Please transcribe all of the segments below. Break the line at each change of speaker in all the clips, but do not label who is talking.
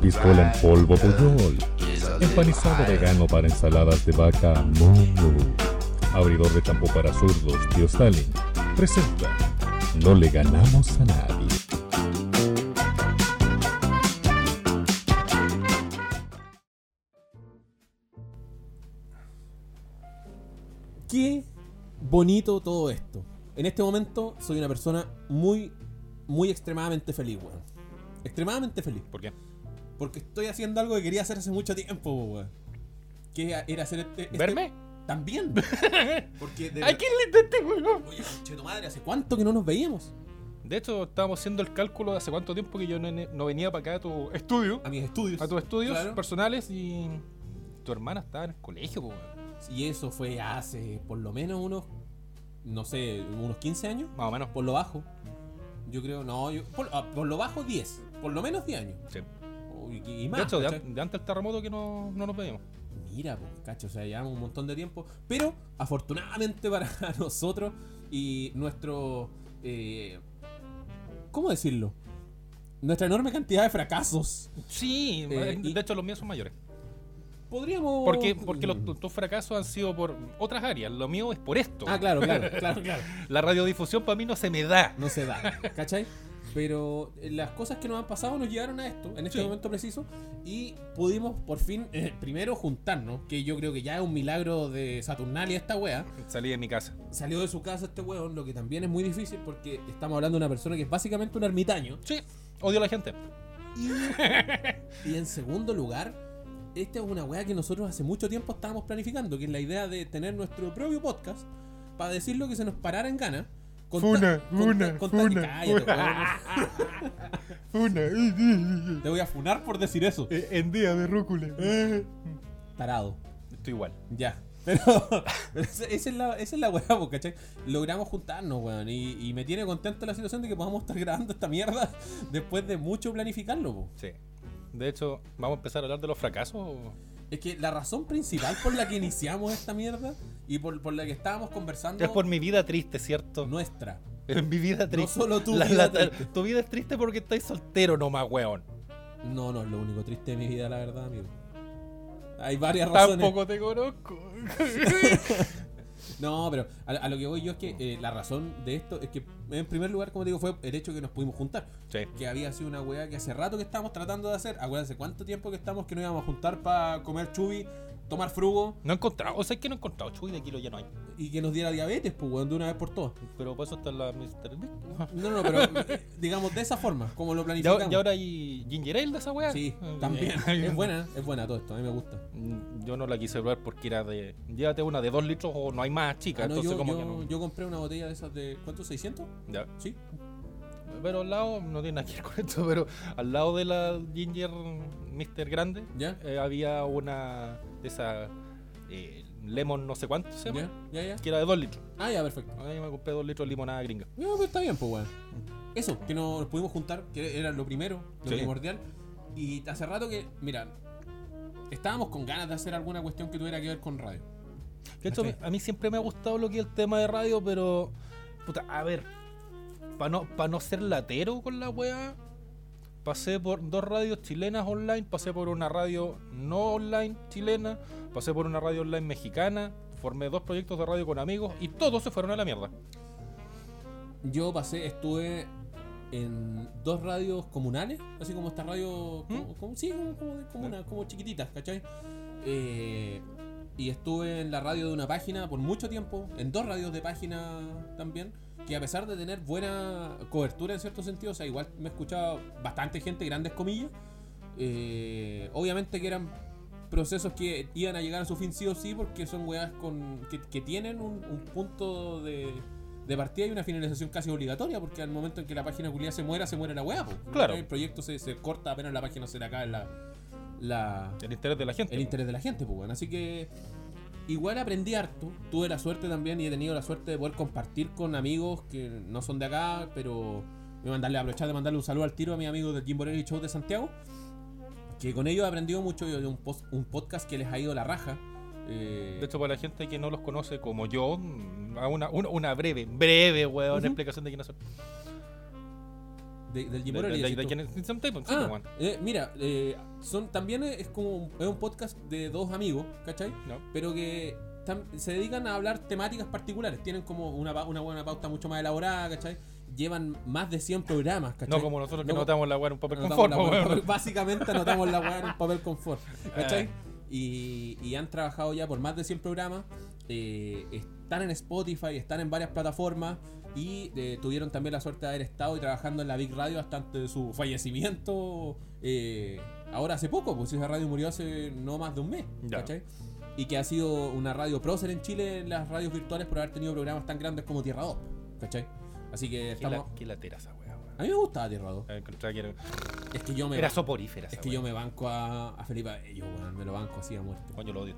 pistola en polvo pollol, empanizado vegano para ensaladas de vaca molo, abridor de campo para zurdos, tío Stalin, presenta No le ganamos a nadie.
Qué bonito todo esto. En este momento soy una persona muy, muy extremadamente feliz, weón. Extremadamente feliz.
¿Por qué?
Porque estoy haciendo algo que quería hacer hace mucho tiempo, weón. Que era- era hacer este. este-
¿Verme?
También. Porque de
¿A quién le intenté, weón?
Oye, che, tu madre, ¿hace cuánto que no nos veíamos?
De hecho, estábamos haciendo el cálculo de hace cuánto tiempo que yo no, no venía para acá a tu estudio,
A mis estudios.
a tus estudios
Claro.
personales y tu hermana estaba en el colegio, po, weón.
Y eso fue hace por lo menos unos. No sé, unos 15 años.
Más o menos.
Por lo bajo. Yo creo, no, yo. Por, ah, por lo bajo 10. Por lo menos 10 años.
Sí.
O- Y, y más.
De hecho, de,
¿cachai?
an- de antes del terremoto que no, no nos veíamos.
Mira, pues, cacho, o sea, llevamos un montón de tiempo. Pero, afortunadamente para nosotros y nuestro. eh, ¿Cómo decirlo? Nuestra enorme cantidad de fracasos.
Sí,
Eh,
eh,
y-
de hecho los míos son mayores.
Podríamos.
Porque, porque los, tu- tus fracasos han sido por otras áreas, lo mío es por esto.
Ah, claro, claro, claro, claro.
La radiodifusión para mí no se me da.
No se da, ¿cachai? Pero eh, las cosas que nos han pasado nos llevaron a esto, en este
Sí.
momento preciso, y pudimos por fin, eh, primero, juntarnos, que yo creo que ya es un milagro de Saturnalia esta wea.
Salí de mi casa.
Salió de su casa este weón, lo que también es muy difícil porque estamos hablando de una persona que es básicamente un ermitaño.
Sí, odio a la gente.
Y en segundo lugar, esta es una weá que nosotros hace mucho tiempo estábamos planificando, que es la idea de tener nuestro propio podcast para decir lo que se nos parara en gana. Con
Funa, funa, funa,
Te voy a funar por decir eso.
en día de rúcula. ¿eh?
Tarado.
Estoy igual.
Ya. Pero, pero esa esa es la, esa es la weá, po, ¿cachai? Logramos juntarnos, weón. Y, y me tiene contento la situación de que podamos estar grabando esta mierda después de mucho planificarlo, po.
Sí. De hecho, vamos a empezar a hablar de los fracasos. o-
Es que la razón principal por la que iniciamos esta mierda y por, por la que estábamos conversando
Es por mi vida triste, ¿cierto?
nuestra.
Es mi vida triste.
solo tu
La-
vida
la-
triste.
Tu vida es triste porque estás soltero nomás, weón.
No, no es lo único triste de mi vida, la verdad, amigo. Hay varias razones.
Tampoco te conozco.
No, pero a, a lo que voy yo es que eh, la razón de esto es que, en primer lugar, como te digo, fue el hecho que nos pudimos juntar.
sí.
Que había sido una weá que hace rato que estábamos tratando de hacer. Acuérdense cuánto tiempo que estamos que no íbamos a juntar para comer chubi, tomar frugo
No he encontrado. O sea, es que no he encontrado. Chuy, de kilo ya no hay.
y que nos diera diabetes, pues, weón, de una vez por todas.
Pero por eso está la Mr. Big.
No, no, pero eh, digamos de esa forma, como lo
Y,
planificamos.
ahora- y ahora hay Ginger Ale de esa weá. Ah,
Sí, también. es buena, es buena todo esto, a mí me gusta. Ah,
Mm, Yo no la quise probar porque era de. Llévate una de 2 litros o no hay más chica.
Ah, no,
entonces,
yo,
como
yo-
que no.
yo compré una botella de esas de. ¿Cuánto? ¿600?
Ya.
Sí.
Pero al lado, no tiene nada que ver con esto, pero al lado de la Ginger Mr. Grande
¿Ya?
eh, había una de esas eh, Lemon no sé cuánto se llama,
¿Ya? ¿Ya? ¿Ya?
que era de 2 litros.
Ah, ya, perfecto.
Ahí me compré 2 litros de limonada gringa.
No, pero está bien, pues, weón. Eso, que no- nos pudimos juntar, que era lo primero, lo
Mm. Sí.
primordial. Y hace rato que, mira, estábamos con ganas de hacer alguna cuestión que tuviera que ver con radio.
Que esto
Ok.
me- a mí siempre me ha gustado lo que es el tema de radio, pero. Puta, a ver. Para no, pa no ser latero con la weá, pasé por dos radios chilenas online, pasé por una radio no online chilena, pasé por una radio online mexicana, formé dos proyectos de radio con amigos y todos se fueron a la mierda.
Yo pasé, estuve en dos radios comunales, así como estas radios,
¿Mm?
como, como- sí, como, como de comuna, como chiquititas, ¿cachai? Eh, y estuve en la radio de una página por mucho tiempo, en dos radios de página también, que a pesar de tener buena cobertura en cierto sentido, o sea, igual me escuchaba bastante gente, grandes comillas, eh, obviamente que eran procesos que iban a llegar a su fin sí o sí, porque son weas con, que, que tienen un, un punto de, de partida y una finalización casi obligatoria, porque al momento en que la página culia se muera, se muere la wea. po.
Claro.
El proyecto se, se corta apenas la página se le acaba la, la,
El interés de la gente.
el interés de la gente, pues, weón. Así que igual aprendí harto. Tuve la suerte también y he tenido la suerte de poder compartir con amigos que no son de acá, pero voy a mandarle aprovechar de mandarle un saludo al tiro a mis amigos del Jimborelli Show de Santiago. Que con ellos he aprendido mucho y un, pos- un podcast que les ha ido la raja. Eh,
De hecho, para la gente que no los conoce como yo, mm, a una, una, una breve, breve, weón,
Ujú.
explicación de quiénes son.
de- del Jim
De-
Morrison.
de- de- de Janet Simpson Tape, sí, pues,
Ah,
weón.
eh, mira, eh, son, también es como un- es un podcast de dos amigos, ¿cachai?
No.
Pero que tam- se dedican a hablar temáticas particulares. Tienen como una, pa- una buena pauta mucho más elaborada, ¿cachai? Llevan más de 100 programas, ¿cachai?
No como nosotros que
No,
notamos la weá en un papel
Anotamos
conforme,
la weá en
weón.
papel- Básicamente anotamos la weá en un papel confort. ¿Cachai? Y, y han trabajado ya por más de 100 programas. eh, están en Spotify, están en varias plataformas. Y eh, tuvieron también la suerte de haber estado y trabajando en la Big Radio hasta antes de su fallecimiento. eh, ahora hace poco, pues esa radio murió hace no más de un mes.
Ya.
¿Cachai? Y que ha sido una radio prócer en Chile en las radios virtuales por haber tenido programas tan grandes como Tierra 2. ¿Cachai? Así que
Qué
estamos.
la- Qué latera esa weá, weón.
A mí me gustaba Tierra 2.
La encontraba que era-
Es que yo me.
Era soporífera
Es
esa
que
weá.
yo me banco a, a Felipe Abello, weón. Me lo banco así a muerte.
Coño, lo odio.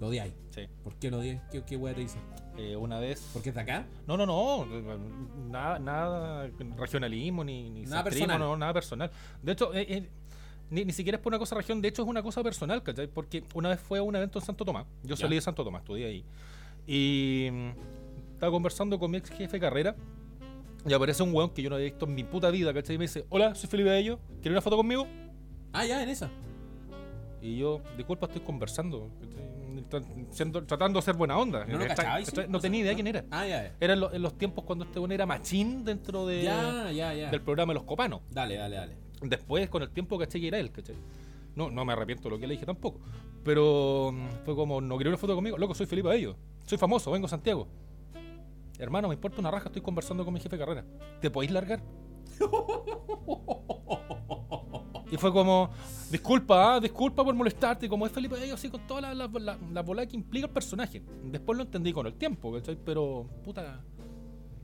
Lo odiáis.
Sí.
¿Por qué lo odiáis? ¿Qué, qué weá te hizo?
Eh, una vez.
¿Porque es de acá?
No, no, no. Nada, nada regionalismo ni, ni
Nada
centrismo,
personal.
no, nada personal. De hecho, eh, eh, ni, ni siquiera es por una cosa región, de hecho es una cosa personal, ¿cachai? Porque una vez fue a un evento en Santo Tomás. Yo
Ya.
salí de Santo Tomás, estudié ahí. Y mm, estaba conversando con mi ex jefe de carrera. Y aparece un weón que yo no había visto en mi puta vida, ¿cachai? Y me dice, hola, soy Felipe Bello, ¿quieres una foto conmigo?
Ah, ya, en esa.
Y yo, disculpa, estoy conversando. ¿cachai? Tra- siendo- tratando de ser buena onda.
No lo
¿cachai?
cachabais,
¿cachai?
sí.
No
O sea,
tenía idea
¿no?
quién era.
Ah, ya, ya.
Era en, lo- en los tiempos cuando este bueno era machín dentro de,
Ya, ya, ya.
Eh, del programa Los Copanos.
Dale, dale, dale.
Después, con el tiempo, caché que era él, ¿cachai? No, no me arrepiento de lo que le dije tampoco. Pero mm, fue como, no quería una foto conmigo. Loco, soy Felipe Bello. Soy famoso, vengo a Santiago. Hermano, me importa una raja, estoy conversando con mi jefe de carrera. ¿Te podéis largar? Y fue como, disculpa, ah, disculpa por molestarte, como es Felipe Bello, así con toda la, la, la- la bola que implica el personaje. Después lo entendí con el tiempo, ¿cachai? Pero, puta,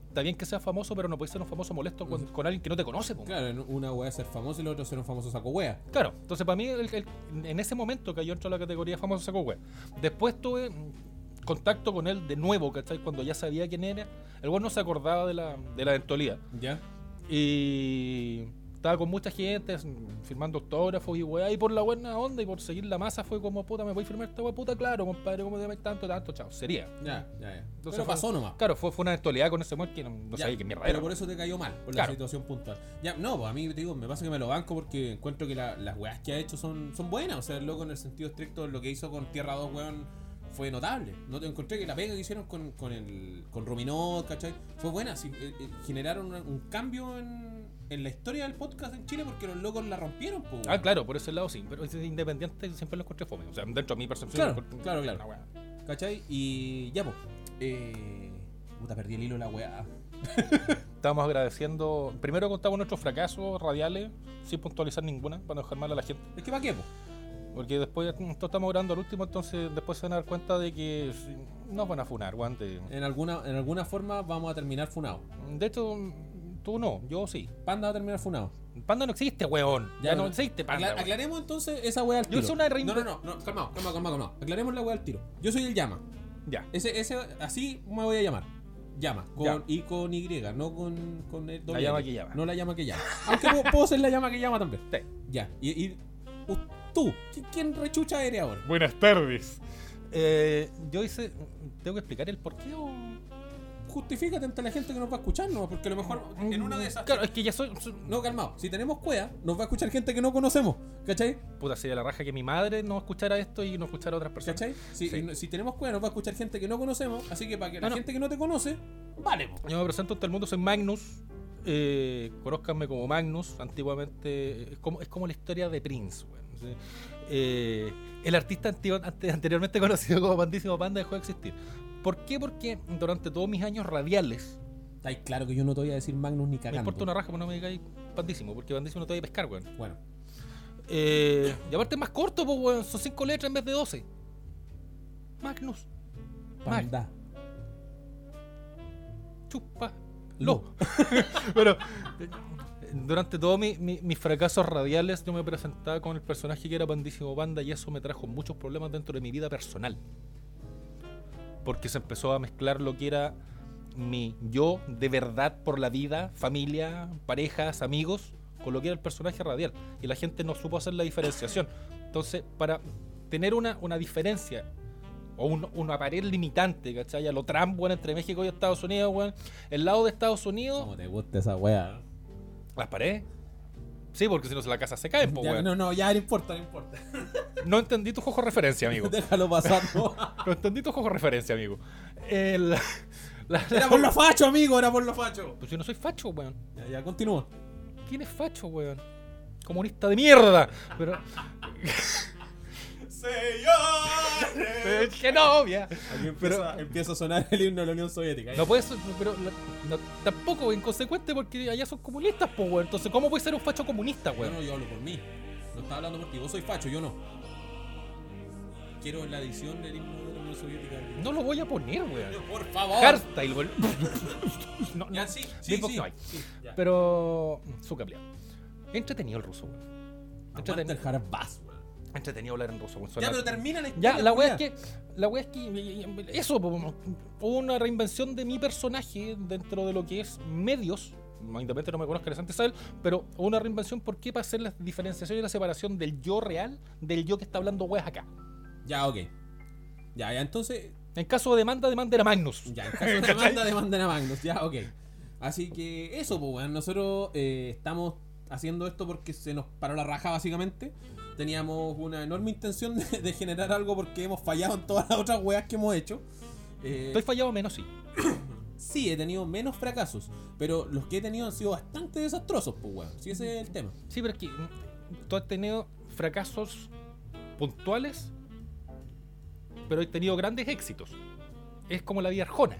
está bien que seas famoso, pero no puedes ser un famoso molesto con, con alguien que no te conoce. po.
Claro, en una weá es ser famoso y el otro ser un famoso saco wea.
Claro, entonces para mí el- el- en ese momento cayó dentro de la categoría famoso saco wea. Después tuve mm, contacto con él de nuevo, ¿cachai? Cuando ya sabía quién era. El weón no se acordaba de la, de la eventualidad.
¿Ya?
Y estaba con mucha gente s- firmando autógrafos y weá. Y por la buena onda y por seguir la masa fue como, puta, ¿me voy a firmar esta weá? Puta, claro, compadre, ¿cómo te llamas? tanto, tanto? Chao, sería.
Ya, ya, ya.
Entonces
pero
fue-
pasó nomás.
Claro, fue, fue una eventualidad con ese weón que no, no
Ya,
sabía qué mierda
Pero
era.
por eso te cayó mal, por
Claro.
la situación puntual. Ya, no, pues a mí te digo, me pasa que me lo banco porque encuentro que la- las weas que ha hecho son, son buenas. O sea, el loco en el sentido estricto, lo que hizo con Tierra 2, weón, fue notable. No te encontré que la pega que hicieron con, con el. con Ruminot, ¿cachai? Fue buena. sí, eh, eh, generaron una- un cambio en, en la historia del podcast en Chile porque los locos la rompieron, pues.
Ah, claro, por ese lado sí. Pero ese independiente siempre lo encontré fome. O sea, dentro de mi percepción.
Claro,
lo encontré-
claro, claro.
una weá.
¿Cachai? Y ya, pues. Eh, puta, perdí el hilo de la wea.
Estamos agradeciendo. Primero contamos nuestros fracasos radiales, sin puntualizar ninguna, para no dejar mal a la gente.
Es que va qué, po.
Porque después nosotros estamos orando al último, entonces después se van a dar cuenta de que sí, nos van a funar, guante.
En alguna, en alguna forma vamos a terminar funado.
De hecho, mm, tú no, yo sí.
Panda va a terminar funado.
Panda no existe, weón. Ya, no
pero-
existe,
Acla-
panda. weón.
aclaremos entonces esa wea al
Yo
tiro.
hice una rein-
No, no, no, no, calmado, calmado, calmado, calmado. Aclaremos la wea al tiro. Yo soy el llama.
Ya.
Ese, ese, así me voy a llamar. Llama. Con,
Ya.
Y con Y, no con, con el doble
llama
L.
que llama.
No la llama que llama. Aunque puedo- puedo ser la llama que llama también.
Sí.
Ya. Y, y- u- tú, ¿qui- ¿quién rechucha eres ahora?
Buenas tardes. Eh, yo hice. ¿Tengo que explicar el porqué o.?
Justifícate ante la gente que nos va a escuchar, no, porque a lo mejor en una de esas.
Claro, es que ya soy. soy-
No, calmado. Si tenemos cuea, nos va a escuchar gente que no conocemos. ¿Cachai?
Puta, sería la raja que mi madre no escuchara esto y no escuchara a otras personas.
¿Cachai? Si,
Sí.
si tenemos cueva, nos va a escuchar gente que no conocemos. Así que para que
No,
la
no.
gente que no te conoce, vale. po.
Yo me presento ante el mundo, soy Magnus. Eh, conózcanme como Magnus, antiguamente. Es como, es como la historia de Prince, weón, ¿sí? Eh, el artista antiguo- ante- anteriormente conocido como Bandísimo Panda dejó de existir. ¿Por qué? Porque durante todos mis años radiales,
Está ahí claro que yo no te voy a decir Magnus ni
me
cagando.
importa una raja, pero pues no me digáis Bandísimo, porque Bandísimo no te voy a pescar, weón.
Bueno,
Eh, y aparte es más corto, pues, weón, son 5 letras en vez de 12. Magnus,
panda.
chupa.
Lo.
Lo. Pero eh, durante todos mis fracasos radiales yo me presentaba con el personaje que era Pandísimo Panda y eso me trajo muchos problemas dentro de mi vida personal. Porque se empezó a mezclar lo que era mi yo de verdad por la vida, familia, parejas, amigos, con lo que era el personaje radial. Y la gente no supo hacer la diferenciación. Entonces, para tener una, una diferencia o un, una pared limitante, ¿cachai? A lo Trump, weón, entre México y Estados Unidos, weón. El lado de Estados Unidos
Como te gusta esa wea.
¿Las paredes? Sí, porque si no la casa se cae, Eh, po,
Ya,
weón.
no, no, ya no importa, no importa.
No entendí tu jojo referencia, amigo.
Déjalo pasar, no.
No entendí tu jojo referencia, amigo. El- la-
Era por lo facho, amigo, era por lo facho.
Pues yo no soy facho, weón.
Ya, ya, continúa.
¿Quién es facho, weón? Comunista de mierda. Pero.
Señores.
¡Eh, ¡Qué novia!
Aquí empieza, empieza a sonar el himno de la Unión Soviética. ¿eh?
No puedes. Pero la- no- tampoco inconsecuente porque allá son comunistas, po, weón. Entonces, ¿cómo puedes ser un facho comunista,
Yo
weón?
no, yo hablo por mí. No estaba hablando por ti. Vos soy facho, yo no. Quiero la edición del himno de la Unión Soviética.
No lo voy a poner, weón.
Por favor.
Hardstyle, weón. No, no.
Ya, sí, sí,
Beatbox
sí,
no hay.
sí, ya.
Pero. mm, Su cablea. Entretenido el ruso, weón.
Aguanta el
Entretenido,
Harabás, weón.
entretenido hablar en ruso, weón.
Ya,
Suena-
pero termina la historia.
Ya, la wea es
culiá.
que. La wea es que. y- y- Eso, po, hubo una reinvención de mi personaje dentro de lo que es medios. Independientemente no me conozcan es antes a él, pero hubo una reinvención porque para hacer la diferenciación y la separación del yo real del yo que está hablando weas acá.
Ya, ok. Ya, ya, entonces.
En caso de demanda, demanda era Magnus.
Ya, en caso de demanda, demanden a Magnus. Ya, ok. Así que eso, pues, weón. Nosotros eh, estamos haciendo esto porque se nos paró la raja, básicamente. Teníamos una enorme intención de, de generar algo porque hemos fallado en todas las otras weas que hemos hecho. Eh,
Estoy fallado menos, sí.
Sí, he tenido menos fracasos, pero los que he tenido han sido bastante desastrosos, pues, weón. Sí, ese es el tema.
Sí, pero es que mm, tú has tenido fracasos puntuales, pero has tenido grandes éxitos. Es como la vida arjona.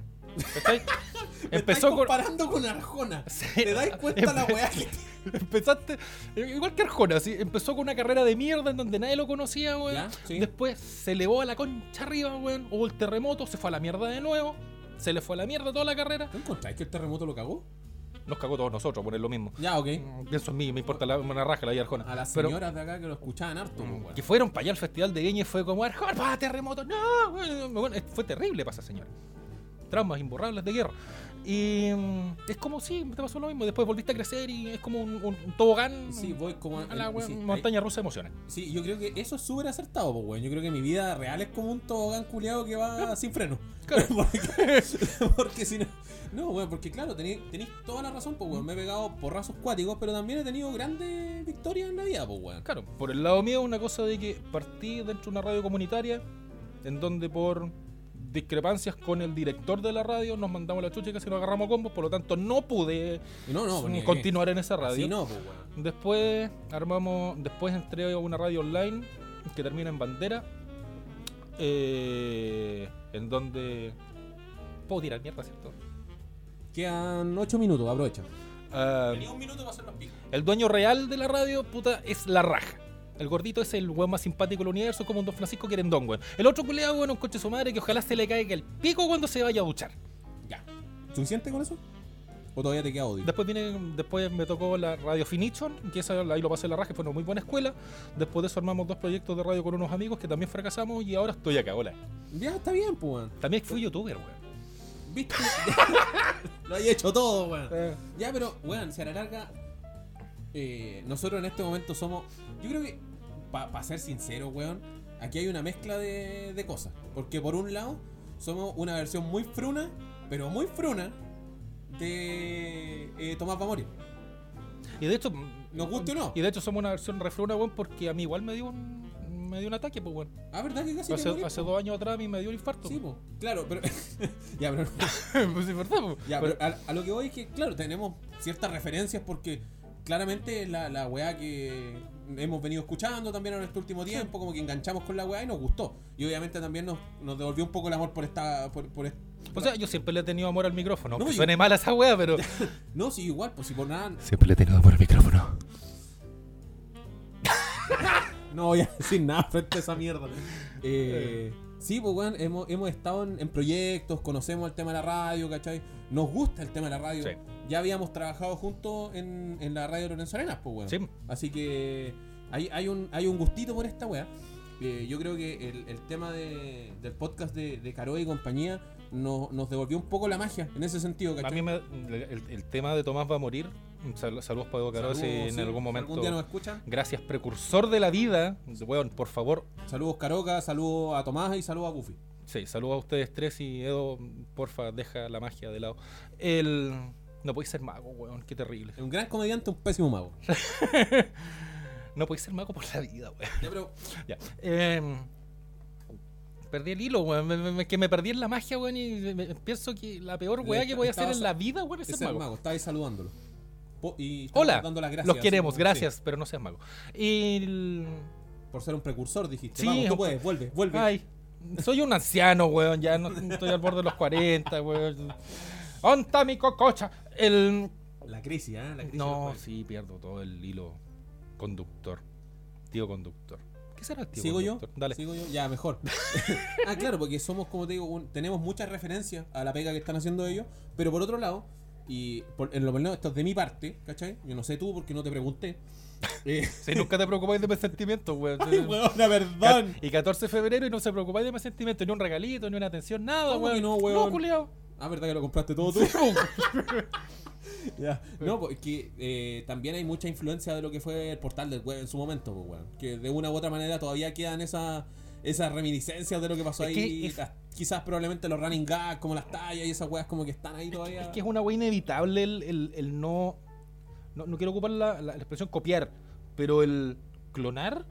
¿cachai?
Me
Empezó
estáis
con.
comparando con Arjona.
Sí.
¿Te dais cuenta la weá que
Empezaste, igual que Arjona, así, empezó con una carrera de mierda en donde nadie lo conocía, weón.
Ya, sí.
Después se elevó a la concha arriba, weón. Hubo el terremoto, se fue a la mierda de nuevo. Se le fue a la mierda toda la carrera.
¿No encontráis que el terremoto lo cagó?
Nos cagó todos nosotros por lo mismo.
Ya, ok.
Mm, Eso es mí, me importa la, una raja la vida Arjona.
A las
Pero,
señoras de acá que lo escuchaban harto, pues,
mm,
weón.
que fueron para allá al festival de Viña y fue como Arjona, ¡Ah, terremoto, no, weón. Bueno, es- fue terrible para esa señora. Traumas imborrables de guerra. Y mm, es como, sí, te pasó lo mismo. Después volviste a crecer y es como un, un- un tobogán.
Sí, voy como
A la
eh,
wea-
sí, ahí-
montaña rusa de emociones.
Sí, yo creo que eso es súper acertado, pues, weón. Yo creo que mi vida real es como un tobogán culeado que va sin freno.
Claro.
porque, porque si no. No, weón, porque claro, tenéis tenéis toda la razón, pues, weón. Me he pegado porrazos cuáticos, pero también he tenido grandes victorias en la vida, pues, weón.
Claro, por el lado mío, una cosa de que partí dentro de una radio comunitaria en donde por discrepancias con el director de la radio nos mandamos la chucha y casi nos agarramos a combos, por lo tanto no pude
No, no,
mm,
porque.
continuar en esa radio.
Sí, no, pues, weón.
Después armamos, después entré a una radio online que termina en bandera, eh, en donde puedo tirar mierda, ¿cierto?
Quedan 8 minutos, aprovecha.
Ah,
un minuto para hacer los picos.
El dueño real de la radio, puta, es la raja. El gordito es el weón más simpático del universo, como un don Francisco Querendón, weón. El otro culeado, weón, un coche su madre que ojalá se le caiga el pico cuando se vaya a duchar.
Ya. ¿Suficiente con eso? ¿O todavía te queda odio?
Después viene, después me tocó la Radio Finition, que esa, ahí lo pasé la raja, y fue una muy buena escuela. Después de eso armamos dos proyectos de radio con unos amigos que también fracasamos y ahora estoy acá, hola.
Ya está bien, pues, weón.
También fui youtuber, weón.
¿Viste? lo hay hecho todo, weón.
Eh.
Ya, pero, weón, si a la larga. eh, nosotros en este momento somos. Yo creo que, para ser sincero, weón, aquí hay una mezcla de, de cosas. Porque por un lado, somos una versión muy fruna, pero muy fruna, de eh, Tomás va a morir.
Y de hecho,
¿Nos guste o no?
y de hecho somos una versión refruna, weón, porque a mí igual me dio un, me dio un ataque, pues, weón.
Ah, ¿verdad que casi te
hace,
morís,
hace
po?
dos años atrás a mí me dio un infarto.
Sí, po. Claro, pero. ya, pero.
pues es verdad, po.
Ya,
Pero-
pero a, a lo que voy es que, claro, tenemos ciertas referencias porque claramente es la, la weá que hemos venido escuchando también en este último tiempo, como que enganchamos con la weá y nos gustó. Y obviamente también nos, nos devolvió un poco el amor por esta. Por, por est-
O sea, yo siempre le he tenido amor al micrófono.
No,
aunque
yo-
suene mal a esa wea, pero.
no, sí, igual, pues si por nada.
Siempre le he tenido amor al micrófono.
No voy a decir nada frente a esa mierda. Eh, sí, pues weón, hemos, hemos estado en, en proyectos, conocemos el tema de la radio, ¿cachai? Nos gusta el tema de la radio.
Sí.
Ya habíamos trabajado juntos en, en la radio Lorenzo Arenas, pues weón.
Sí.
Así que hay, hay, un, hay un gustito por esta weá. Eh, yo creo que el, el tema de- del podcast de, de Caroe y compañía nos, nos devolvió un poco la magia en ese sentido,
A
¿cachai?
mí me- el, el tema de Tomás va a morir. sal- saludos para Edo Caro,
Saludos,
si en
sí,
algún momento.
día nos escuchan.
Gracias, precursor de la vida. Weón, por favor.
Saludos Caroca, saludos a Tomás y saludos a Buffy.
Sí, saludos a ustedes tres y Edo, porfa, deja la magia de lado. El. No podéis ser mago, weón, qué terrible.
Un gran comediante, un pésimo mago.
No podéis ser mago por la vida, weón.
Ya, pero
Ya. Em, perdí el hilo, weón. Me- me- me- que me perdí en la magia, weón. Y me- me- pienso que la peor weá que voy a hacer en la vida, weón, es
ese
ser
es el
mago.
mago, estáis saludándolo. Po- y estamos
Hola,
dando las gracias,
los queremos,
sí,
gracias, pero no seas mago. El-
por ser un precursor, dijiste.
Sí,
Vamos,
es
tú
un-
puedes, vuelve, vuelve.
Ay, soy un anciano, weón, ya no estoy al borde de los 40, weón. ¡Onta mi cococha! El...
La crisis, ¿eh? La crisis del
No,
jueves.
sí, pierdo todo el hilo conductor. Tío conductor. ¿Qué será el tío
¿Sigo yo?
conductor? Dale.
¿Sigo yo? Ya, mejor. ah, claro, porque somos, como te digo, un- tenemos muchas referencias a la pega que están haciendo ellos, pero por otro lado, y por- en lo menos esto es de mi parte, ¿cachai? Yo no sé tú porque no te pregunté. Eh,
Si nunca te preocupáis de mis sentimientos, weón.
ay, weona,
Ca-
perdón.
Y 14 de febrero y no se preocupáis de mis sentimientos, ni un regalito, ni una atención, nada,
¿Cómo
weón.
que no, weón?
No, culiao.
Ah, ¿verdad que lo compraste todo tú? Ya. No, porque eh, también hay mucha influencia de lo que fue el portal del web en su momento, pues, weón. Que de una u otra manera todavía quedan esas esas reminiscencias de lo que pasó
Es que
ahí.
es-
Las- quizás probablemente los running gags, como las tallas y esas weas como que están ahí todavía.
Es que es una weá inevitable el, el- el no, no. no quiero ocupar la, la- la expresión copiar, pero el clonar,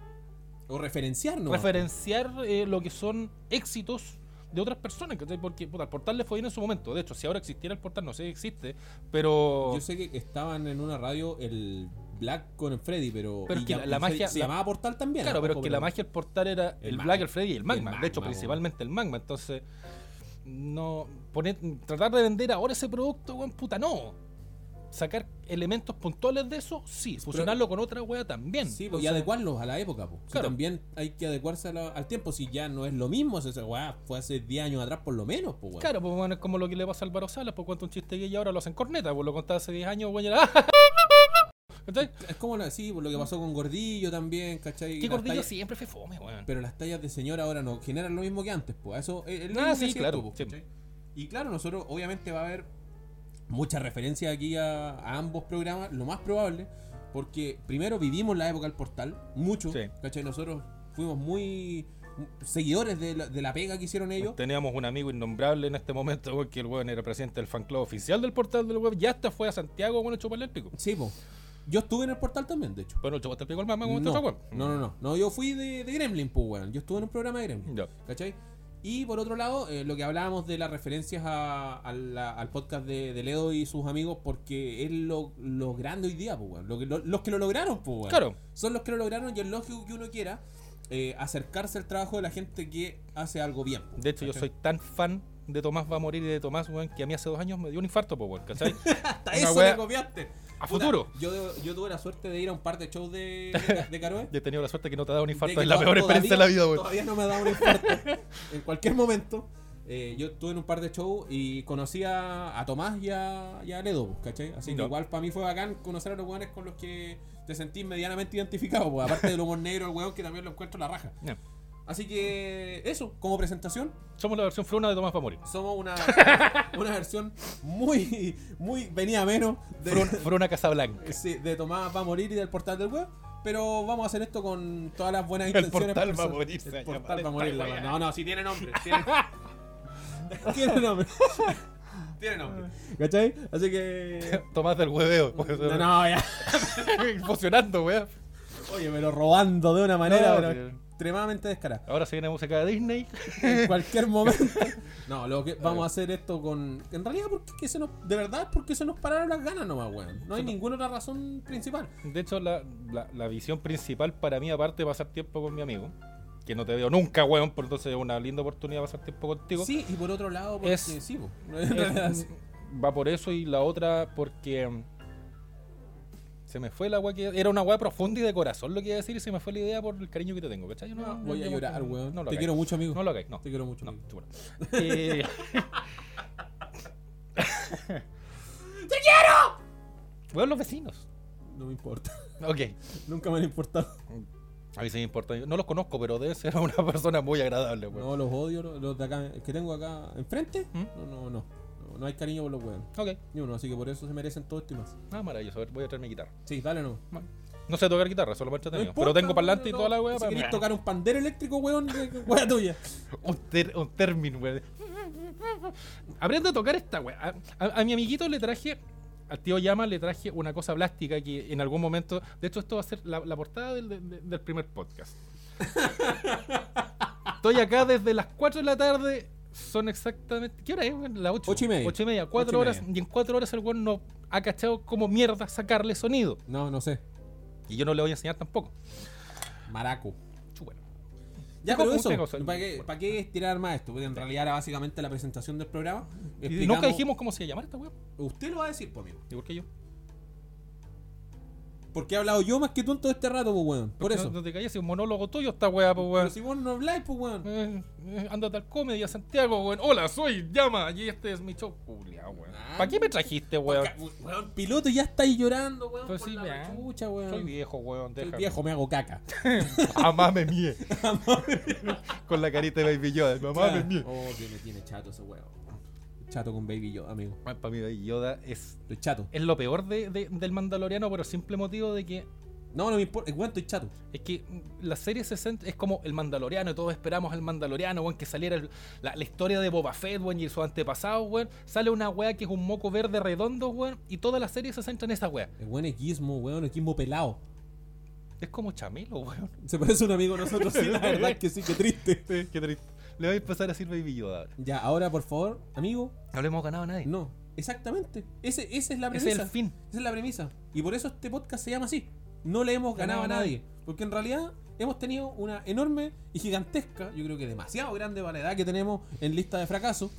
O referenciar, ¿no?
referenciar eh, lo que son éxitos de otras personas, ¿cachai? Porque puta, el portal le fue bien en su momento. De hecho, si ahora existiera el portal, no sé si existe, pero.
Yo sé que estaban en una radio el Black con el Freddy, pero.
Pero
y
que
ya-
la- la
se-
magia-
Se
la-
llamaba Portal también.
Claro, pero es
ojo,
que la magia del portal era
El
el,
magma.
Black, el Freddy y el magma.
magma,
de hecho,
po.
principalmente el magma. Entonces, no poner, tratar de vender ahora ese producto, weón, puta, no. Sacar elementos puntuales de eso, sí. Fusionarlo con otra wea también.
Sí, pues, y
Entonces,
adecuarlos a la época, pues.
Claro.
también hay que adecuarse a la- al tiempo. Si ya no es lo mismo, esa weá fue hace 10 años atrás, por lo menos, pues, weón.
Claro, pues bueno, es como lo que le pasa a Álvaro Salas, por cuanto un chiste gay y ahora lo hacen corneta, pues lo contaba hace 10 años, weón, y era, "Ah". ¿Cachai?
Es como la, sí, pues, lo que pasó con Gordillo también, ¿cachai? Y
Mm. Que
las
Gordillo
tallas-
siempre fue fome, weón.
Pero las tallas de señora ahora no generan lo mismo que antes, pues. Eso es es lo
Ah,
mismo que
sí,
decías
claro,
pues,
sí.
¿cachai? Y claro, nosotros obviamente va a haber muchas referencias aquí a, a ambos programas, lo más probable, porque primero vivimos la época del portal, mucho,
Sí.
¿cachai? Nosotros fuimos muy seguidores de la, de la pega que hicieron ellos.
Teníamos un amigo innombrable en este momento, weón, que el weón era presidente del fan club oficial del portal del web, ya hasta fue a Santiago, bueno, chupar el pico.
Sí, pues. Yo estuve en el portal también, de hecho.
Bueno, chupaste el pico al mamá,
No,
¿cómo estás, weón?
no, no, no, no, yo fui de, de Gremlin, pues, weón. Yo estuve en un programa de Gremlin.
Ya.
¿Cachai? Y por otro lado, eh, lo que hablábamos de las referencias a- a la- al podcast de, de Ledo y sus amigos, porque es lo, lo grande hoy día, pues, weón. Lo que- lo- los que lo lograron, pues, weón.
Claro.
Son los que lo lograron y es lógico que uno quiera eh, acercarse al trabajo de la gente que hace algo bien. pues,
De hecho, yo
¿cachai?
soy tan fan de Tomás va a morir y de Tomás, weón, que a mí hace dos años me dio un infarto, po, weón, ¿cachai?
Hasta
una
eso
wea-
le copiaste.
A
Puta,
futuro.
Yo, yo tuve la suerte de ir a un par de shows de, de, de Caroe.
Yo he tenido la suerte que no te ha dado un
de
infarto,
que
es la
to-
peor experiencia de la vida, weón.
Todavía no me ha dado un infarto. en cualquier momento. eh, yo estuve en un par de shows y conocí a, a Tomás y a, y a Ledo, pues, ¿cachai? Así que
Ya.
igual para mí fue bacán conocer a los weones con los que te sentís medianamente identificado, pues, aparte del humor negro, el weón que también lo encuentro la raja.
Ya.
Así que eso, como presentación,
Somos la versión fruna de Tomás va a morir.
somos una, una versión muy, muy venía menos de,
Fruna, fruna Casablanca.
Eh, Sí, de Tomás va a morir y del portal del web. Pero vamos a hacer esto con todas las buenas
El
intenciones.
portal va
personas.
a morir, se
El
llama
portal va
esta
a morir. la
wea.
verdad. no, no, sí tiene nombre. Tiene, tiene nombre. tiene nombre. ¿Cachai? Así que.
Tomás del hueveo. pues,
No, no, ya.
Funcionando, weón.
Oye, pero robando de una manera
No,
pero
sí.
extremadamente descarada.
Ahora se viene música de Disney.
En cualquier momento. No, lo que vamos a hacer esto con. En realidad, porque que se nos. De verdad, es porque se nos pararon las ganas nomás, weón. No hay ninguna otra razón principal.
De hecho, la, la- la visión principal para mí, aparte de pasar tiempo con mi amigo, que no te veo nunca, weón, por entonces es una linda oportunidad de pasar tiempo contigo.
Sí, y por otro lado, porque
Es-
sí, po.
Es- va por eso y la otra porque mm, se me fue la agua que era una agua profunda y de corazón lo que iba a decir y se me fue la idea por el cariño que te tengo, ¿cachai? Yo
No,
no-
Ah, voy a
no-
llorar,
no-
weón.
No
Te
lo hagáis.
quiero mucho, amigo.
No lo hagáis, no.
Te quiero mucho.
No,
amigo.
tú bueno. Eh, Weón, los vecinos.
No me importa.
Ok.
Nunca me han importado.
A mí sí me importa. No los conozco, pero debe ser una persona muy agradable, weón.
No, los odio, los, los de acá, el que tengo acá enfrente.
¿Mm?
No, no, no, no. No hay cariño por los weones.
Ok.
Ni uno, así que por eso se merecen todo esto y más.
Ah, maravilloso. A ver, voy a traer mi guitarra.
Sí, dale no.
No sé tocar guitarra, solo
No
me entretenido.
importa,
Pero tengo parlante y
no,
toda la
no.
weá.
Si
para-
querés tocar un pandero eléctrico, weón, weá tuya.
un, ter- un término, weón. Aprende a tocar esta weá. A, a- a mi amiguito le traje al tío Llama le traje una cosa plástica que en algún momento. De hecho, esto va a ser la, la portada del, de- del primer podcast. Estoy acá desde las 4 de la tarde. Son exactamente. ¿Qué hora es? weón? Las 8.
Ocho y media.
8 y media. 4
Ocho y
horas. Y en 4 horas el weón no ha cachado como mierda sacarle sonido.
No, no sé.
Y yo no le voy a enseñar tampoco.
Maraco.
Bueno.
Ya, pero
Tengo pues, muchas
eso,
cosas.
¿para qué, ¿para qué estirar más esto? Porque en realidad era básicamente la presentación del programa.
Y nunca
Explicamos-
dijimos cómo se iba a llamar esta weón.
Usted lo va a decir, pues, amigo.
¿Y por qué yo?
Porque he hablado yo más que tú en todo este rato, pues, weón. Por
Porque
eso.
No, no te calles, es un monólogo tuyo esta weá, pues weón.
Pero si vos no habláis, pues, weón.
Eh, eh, Ándate al comedy a Santiago, weón. Hola, soy Llama y este es mi show. Culeado, weón.
Ah.
¿Para qué me trajiste, weón?
Porque, weón, piloto, ya estáis llorando, weón.
Pues
por
sí,
la
weón.
rechucha, weón.
Soy viejo, weón.
Soy
Déjame.
viejo, me hago caca.
Mamá me mie. Con la carita de Baby Yoda. Mamá me
Claro.
mie.
Oh, que me tiene chato ese weón. Chato con Baby yo, amigo.
Para mí, Baby Yoda es,
Estoy chato.
es lo peor de- de- del Mandaloriano por el simple motivo de que
No, no me importa. Weón, estoy chato.
Es que mm, la serie 60 es como el Mandaloriano, y todos esperamos al Mandaloriano, weón, que saliera el- la, la historia de Boba Fett, weón, y sus antepasados, weón. Sale una weá que es un moco verde redondo, weón, y toda la serie se centra en esa weá.
El weón es guismo, weón, es guismo pelado.
Es como Chamelo, weón.
Se parece a un amigo a nosotros, sí, la verdad es que sí, que triste.
Qué triste. Le voy a empezar a decir Baby Yoda ahora.
Ya, ahora, por favor, amigo,
No le hemos ganado a nadie.
no. Exactamente. Ese, esa es la
Ese
premisa.
es el fin.
Esa es la premisa. Y por eso este podcast se llama así. No le hemos ganado a
Ganado a
nadie. Porque en realidad hemos tenido una enorme y gigantesca, yo creo que demasiado grande variedad que tenemos en lista de fracasos,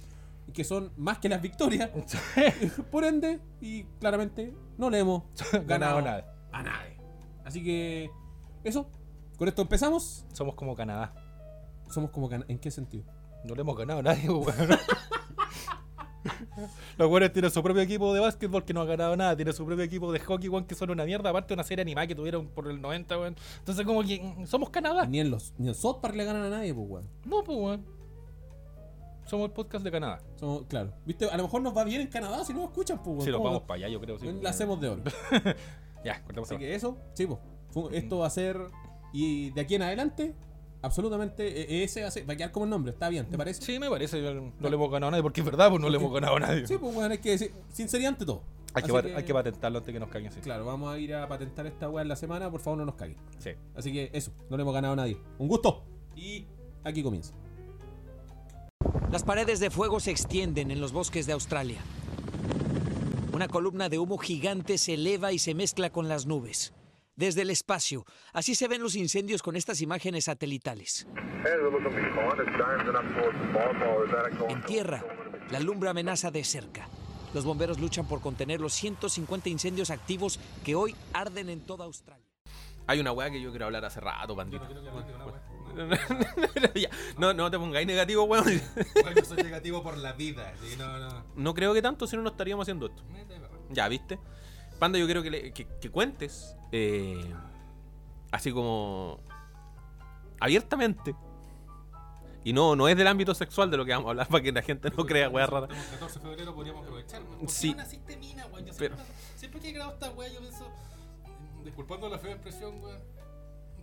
que son más que las victorias. por ende, y claramente, no le hemos ganado,
Ganado a nadie.
a nadie. Así que, eso. Con esto empezamos.
Somos como Canadá.
Somos como... cana- ¿En qué sentido?
No le hemos ganado a nadie, weón. Los weones tienen su propio equipo de básquetbol que no ha ganado nada. Tienen su propio equipo de hockey, weón, que son una mierda. Aparte, una serie animada que tuvieron por el 90, weón. Entonces, como que mm, somos Canadá.
Ni en los ni en South Park le ganan a nadie, pues, weón.
No, pues, weón. Somos el podcast de Canadá.
Somos- claro. ¿Viste? A lo mejor nos va bien en Canadá si no nos escuchan, pues, weón.
Si nos
¿Cómo
vamos para allá, yo creo. sí,
no?
weón.
La hacemos de oro.
Ya, cortamos
Así
esa
que eso, chicos. Esto va a ser. Y de aquí en adelante, absolutamente. e- Ese va a, ser- va a quedar como el nombre, está bien, ¿te
parte.
parece?
Sí, me parece. yo- No le hemos ganado a nadie, porque es verdad, pues no le hemos ganado a nadie.
Sí, pues, weón, hay que decir. Sinceridad ante todo.
hay,
Así
que pat- hay que patentarlo antes que nos caguen. Sí.
Claro, vamos a ir a patentar esta weá en la semana, por favor no nos caguen.
sí.
Así que eso, no le hemos ganado a nadie. Un gusto. Y aquí comienza.
Las paredes de fuego se extienden en los bosques de Australia. Una columna de humo gigante se eleva y se mezcla con las nubes. Desde el espacio, así se ven los incendios con estas imágenes satelitales.
Heads are looking for one. It's diamond up towards the ball ball. Is that a going?
En tierra, la lumbre amenaza de cerca. Los bomberos luchan por contener los 150 incendios activos que hoy arden en toda Australia.
Hay una weá que yo quiero hablar hace rato, pandita. Ya, No, no te pongáis negativo, weón.
Bueno, soy negativo por la vida. así que no, no. Eh,
No creo que tanto, si no, no estaríamos haciendo esto. Ya, ¿viste? Panda, yo quiero que, le- que- que cuentes, eh, así como abiertamente. Y no, no es del ámbito sexual de lo que vamos a hablar para que la gente no crea weá rara.
14 de febrero podríamos aprovechar.
qué Sí. no
naciste este mina, weón? Yo
Pero-
siempre que he grabado esta weá, yo pienso. mm, Disculpando la fea expresión, weón.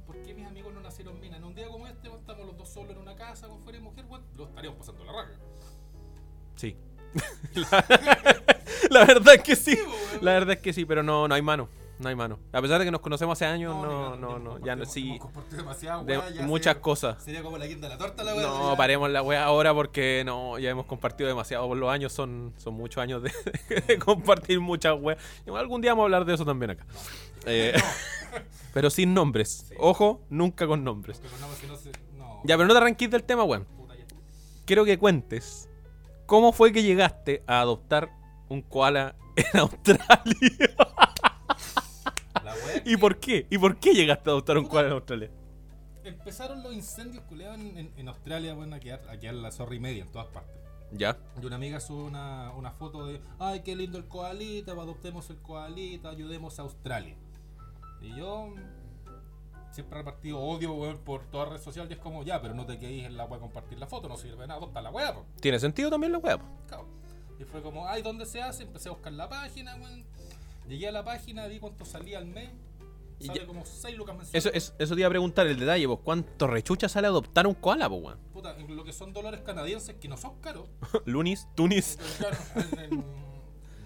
¿Por qué mis amigos no nacieron mina? En un día como este, estamos los dos solos en una casa con fuera y mujer, weón. Lo estaríamos pasando la raja.
Sí. la, la verdad es que sí.
pues,
La verdad es que sí, pero no, no hay mano. No hay mano. A pesar de que nos conocemos hace años, no, no, no. Ya no, sí. De muchas cosas.
Sería como la guinda de la torta, la weá.
No,
ya.
paremos la wea ahora porque no, ya hemos compartido demasiado por los años, son, son muchos años de, de compartir muchas weas. Y bueno, algún día vamos a hablar de eso también acá. Eh, pero sin nombres. Ojo, nunca con nombres. Ya, pero no te arranquís del tema, weón. Quiero que cuentes cómo fue que llegaste a adoptar un koala en Australia.
La weá.
¿Y por qué? ¿Y por qué llegaste a adoptar un koala en Australia?
Empezaron los incendios culeados en, en- en Australia, bueno, a quedar, a quedar la zorra y media en todas partes.
Ya.
Y una amiga sube una, una foto de, ay, qué lindo el koalita, adoptemos el koalita, ayudemos a Australia. Y yo mm, siempre he repartido odio, weón, por todas las redes sociales. y es como, ya, pero no te quedéis en la weá compartir la foto, no sirve de nada, adopta la weá, po".
¿Tiene sentido también la wea? po?
Cabo. Y fue como, ay, ¿dónde se hace? Empecé a buscar la página, weón. Llegué a la página, vi cuánto salía al mes.
Y
Sale
ya-
como 6 lucas mensuales.
Eso, eso, eso te iba a preguntar el detalle, pues cuánto rechucha sale adoptar un koala, pues weón.
Puta, en lo que son dólares canadienses que no son caros.
Lunis, Tunis.
pero claro, en- en-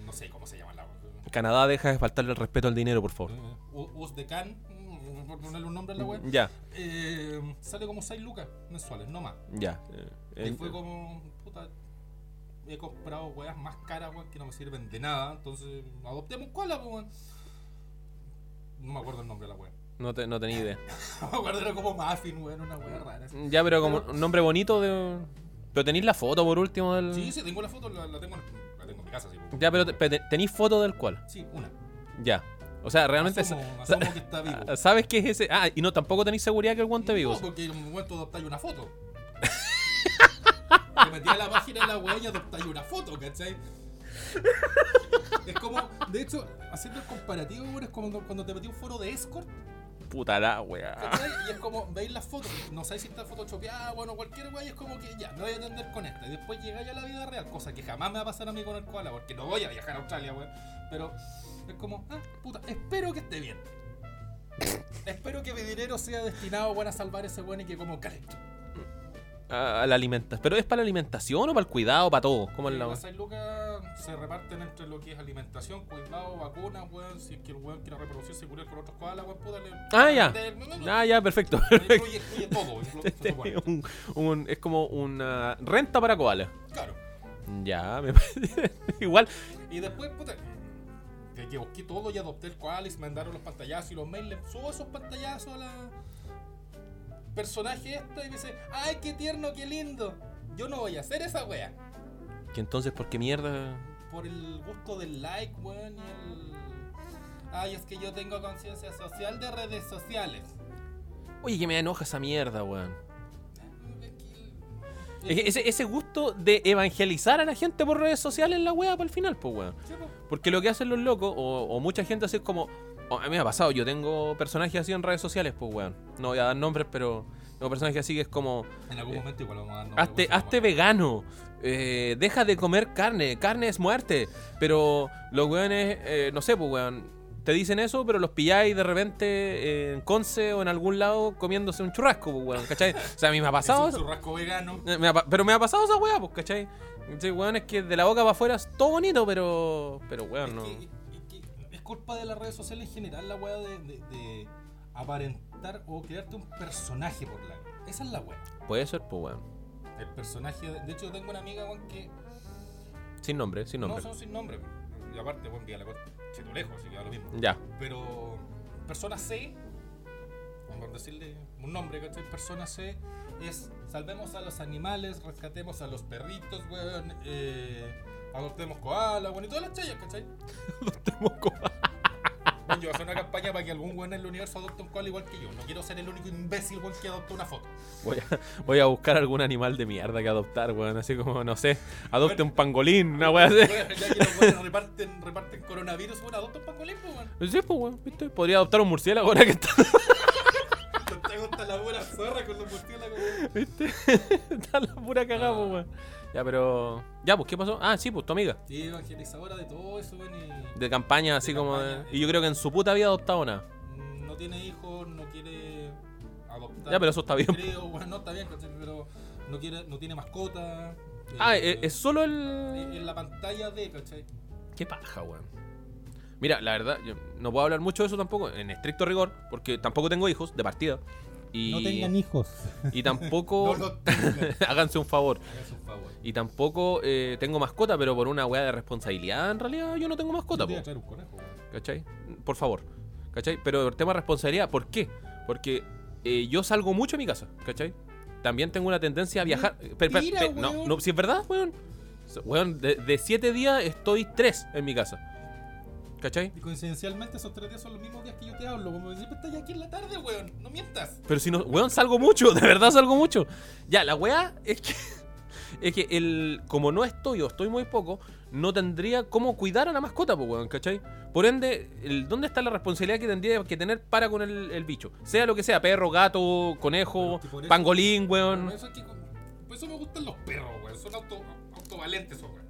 no sé cómo se llama la.
Canadá deja de faltarle el respeto al dinero, por favor.
U- Uzbekán, mm, por ponerle un nombre a la web.
Ya,
Eh, sale como 6 lucas mensuales, no más.
ya. eh,
Y
eh,
fue como, puta, he comprado weas más caras, weón, que no me sirven de nada. Entonces, adoptemos cola, pues, weón. No me acuerdo el nombre de la wea.
no, te- no tenía idea.
No me acuerdo, era como Muffin, weón, una wea rara. así.
Ya, pero como un nombre bonito de... Pero tenéis la foto por último del...
Sí, sí, tengo la foto, la, la tengo, en- la tengo en mi casa, sí. pues.
Ya, pero te- pero te- tenéis foto del cual.
Sí, una.
Ya. O sea, realmente... sa-
Asumo,
sa-
asumo que está vivo.
¿Sabes qué es ese? Ah, y no, tampoco tenéis seguridad que el guante vivo.
No, porque en un momento adoptáis una foto. Te metí a la página de la wea y adoptáis una foto, ¿cachai? Es como, de hecho, haciendo el comparativo, weón, es como cuando te metí un foro de escort
Puta la wea.
¿Cachai? Y es como, veis las fotos, no sabéis si está photoshopeada, bueno, cualquier wey, es como que ya, me voy a atender con esta. Y después llegáis a la vida real, cosa que jamás me va a pasar a mí con el koala, porque no voy a viajar a Australia, wey. Pero es como, ah, puta, espero que esté bien. espero que mi dinero sea destinado, weón, a salvar ese weón y que como calento.
A, a la alimenta- ¿Pero es para la alimentación o para el cuidado? ¿Para todo? ¿Cómo es la
Las
wea?
6 lucas se reparten entre lo que es alimentación, cuidado, vacunas, weón, si es que el weón quiere reproducirse y curar con otros koalas, weón, puta, le...
Ah, ya.
Ya,
Ah, ya, perfecto.
Incluye, incluye todo, incluye, se supone.
Un- un- es como una renta para koala.
Claro.
Ya, me parece. Igual,
Y después, puta, que, que busqué todo y adopté el Koalis, me mandaron los pantallazos y los mails, le subo esos pantallazos a la personaje esta y me dice, ¡ay, qué tierno, qué lindo! Yo no voy a hacer esa wea.
que entonces, ¿por qué mierda?
Por el gusto del like, weón, y el... Ay, es que yo tengo conciencia social de redes sociales.
Oye, que me enoja esa mierda, weón.
Ah, Sí,
Es que Ese, ese gusto de evangelizar a la gente por redes sociales, la wea, para el final, pues, weón.
po.
Porque lo que hacen los locos, o, o mucha gente así es como. o a mí me ha pasado, yo tengo personajes así en redes sociales, pues, weón. No voy a dar nombres, pero. Tengo personajes así que es como.
En algún momento igual vamos a dar nombre,
Eh, Hazte,
weón,
hazte vegano. eh, deja de comer carne. Carne es muerte. Pero los weones, eh, no sé, pues weón. Te dicen eso, pero los pilláis de repente eh, en Conce o en algún lado comiéndose un churrasco, pues weón, ¿cachai? O sea, a mí me ha
Es un
pasado. eso.
churrasco vegano.
Eh, me ha pa- pero me ha pasado esa weá, pues, ¿cachai? Sí, weón, es que de la boca para afuera es todo bonito, pero. Pero
Es
weón, no.
que- es que es culpa de las redes sociales en general la weá de, de- de aparentar o crearte un personaje por la Esa es la weá.
Puede ser, pues weón.
El personaje. De, de hecho, yo tengo una amiga weón, que.
Sin nombre, sin nombre.
No son sin nombre. weón. Y aparte, buen día la Se lo lejos, así que da lo mismo.
Ya.
Pero. Persona C. Vamos a decirle un nombre, ¿cachai? Persona C es. Salvemos a los animales, rescatemos a los perritos, weón. eh, adoptemos koala, weón. Y todas las chayas, ¿cachai? Bueno, yo voy a hacer una campaña para que algún weón en el universo adopte un koala igual que yo. No quiero ser el único imbécil weón que adopta una foto.
Voy a, voy a buscar algún animal de mierda que adoptar, weón. Así como, no sé, adopte un pangolín, una weá así.
Weón, ya que los weones reparten, reparten coronavirus, weón, adopta un pangolín, pues, weón.
Sí, pues, weón, ¿viste? Podría adoptar un murciélago ahora que está.
Te traigo hasta la buena zorra con los murciélagos, weón.
¿Viste? está la pura cagada,
Ah.
pues, weón. Ya, pero. Ya, pues, ¿qué pasó? Ah, sí, pues, tu amiga.
Sí, evangelizadora de todo eso, weón. Y
De campaña, así
De
como
campaña.
de. Y yo creo que en su puta había adoptado nada.
mm, no tiene hijos, no quiere adoptar.
Ya, pero eso está bien.
Creo, weón, no está bien, ¿cachai? Pero no, quiere, no tiene mascota.
Ah,
eh,
eh, es solo
En
el.
en la pantalla de, ¿cachai?
Qué paja, weón. Mira, la verdad, yo no puedo hablar mucho de eso tampoco, en estricto rigor, porque tampoco tengo hijos, de partida. Y,
hijos.
y tampoco.
No lo tengan.
Háganse un favor.
Háganse un favor.
Y tampoco eh, tengo mascota, pero por una weá de responsabilidad, en realidad yo no tengo mascota,
Yo te iba
po.
a traer un conejo, weón.
¿Cachai? Por favor. ¿Cachai? Pero el tema de responsabilidad, ¿por qué? Porque eh, yo salgo mucho de mi casa, ¿cachai? También tengo una tendencia a viajar. eh, per- per-
Mentira,
per- no,
weón.
no, si es verdad, weón. So- Weón, de, de siete días estoy tres en mi casa. ¿Cachai?
Y coincidencialmente esos tres días son los mismos días que yo te hablo. Como siempre estás aquí en la tarde, weón. No mientas.
Pero si no, weón, salgo mucho, de verdad salgo mucho. Ya, la weá es que. Es que el. Como no estoy o estoy muy poco, no tendría cómo cuidar a la mascota, pues, weón, ¿cachai? Por ende, el, ¿dónde está la responsabilidad que tendría que tener para con el, el bicho? Sea lo que sea, perro, gato, conejo,
Pero que por eso-
pangolín,
Por
weón.
eso, es que, por eso me gustan los perros, weón. Son auto, autovalentes, esos, weón.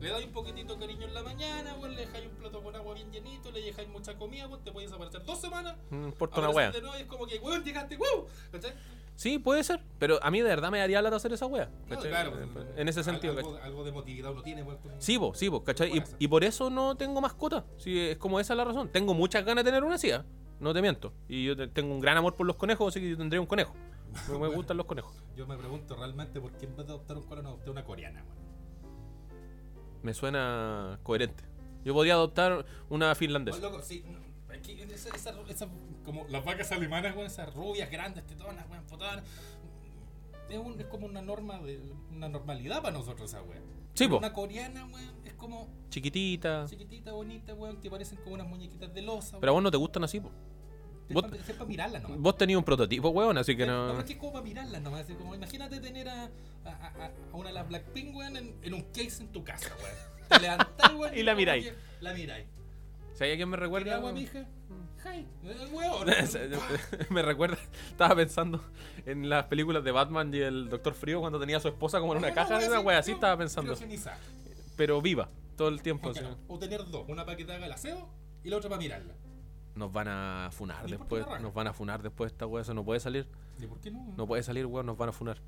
Le dais un poquitito de cariño en la mañana, weón. Le dejáis un plato con agua bien llenito. Le dejáis mucha comida, weón. Te puedes desaparecer dos semanas.
No mm, importa una
Ahora
weá.
sí, de nuevo y es como que, weón, llegaste, weón. ¿Cachai?
Sí, puede ser,
Pero a mí de verdad me daría lata hacer esa wea.
No,
¿cachai?
claro, pues,
en ese sentido,
Algo,
¿cachai?
algo de emotividad uno tiene, pues, con-
Sí, vos, sí, vos, ¿cachai? Y,
Buenas.
y por eso no tengo mascota. Sí, es como esa la razón. Tengo muchas ganas de tener una, sí, ah, no te miento. Y yo te- tengo un gran amor por los conejos, así que yo tendría un conejo. Me, me gustan los conejos.
Yo me pregunto realmente por qué en vez de adoptar un coreano adopté una coreana, weón.
Me suena coherente. Yo podría adoptar una
Oh,
finlandesa.
loco, sí, no, es que esa- esa- esa- como las vacas alemanas, weón, esas rubias grandes, tetonas, weón, potadas. Es, un- es como una norma de una normalidad para nosotros esa weón.
Sí, po.
Una coreana, weón, es como
Chiquitita.
chiquitita, bonita, weón, que parecen como unas muñequitas de losa.
Pero a vos no te gustan así, po. vos-
Es para mirarla nomás.
Vos tenías un prototipo, weón, así que
No, pero
no.
es que es como para mirarla nomás. así como, imagínate tener a, a- a- a una de las Blackpink, weón, en, en un case en tu casa, weón. Te levantás, weón.
Y la
como
miráis.
que La miráis.
Si hay alguien me
¿Quieres
recuerda.
agua, mija? Hi. Eh, Weón.
me recuerda, estaba pensando en las películas de Batman y el Doctor Frío cuando tenía a su esposa como en una caja, una wea así estaba pensando,
criogenizar.
pero viva todo el tiempo. así.
Claro, O tener dos, una para que te haga el aseo y la otra para mirarla.
Nos van a funar
Ni por
después,
qué la raja.
nos van a funar después esta wea, eso no puede salir,
¿Y por qué no?
no puede salir, weón, nos van a funar.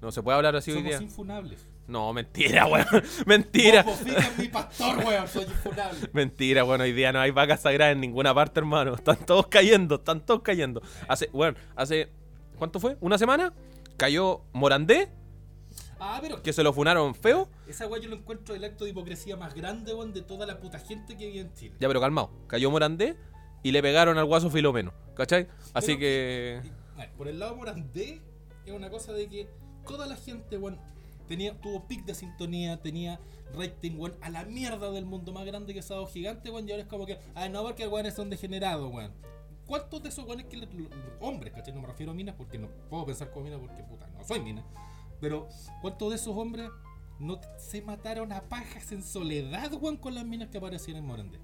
No se puede hablar así hoy
Somos
día.
infunables.
No, mentira, weón, mentira.
Vos, Bofita, es mi pastor, weón. Soy infunable.
Mentira, bueno, hoy día no hay vacas sagradas en ninguna parte, hermano. Están todos cayendo, están todos cayendo. Hace, bueno, hace. ¿Cuánto fue? ¿Una semana? Cayó Morandé,
Ah, pero
que se lo funaron feo.
esa weá yo lo encuentro el acto de hipocresía más grande, weón, de toda la puta gente que vive en Chile.
Ya, pero calmado. Cayó Morandé y le pegaron al guaso Filomeno, ¿cachai? Así
Pero-
que.
Y, a ver, por el lado morandé es una cosa de que toda la gente, weón, tenía, tuvo pic de sintonía, tenía rating, weón, a la mierda del mundo más grande que Sado Gigante, weón, y ahora es como que, ah, no, porque weones son degenerados, weón. ¿Cuántos de esos weones que le- los hombres, cachai? No me refiero a minas porque no puedo pensar como minas porque puta, no soy mina. Pero, ¿cuántos de esos hombres no se mataron a pajas en soledad, weón, con las minas que aparecieron en Morandé?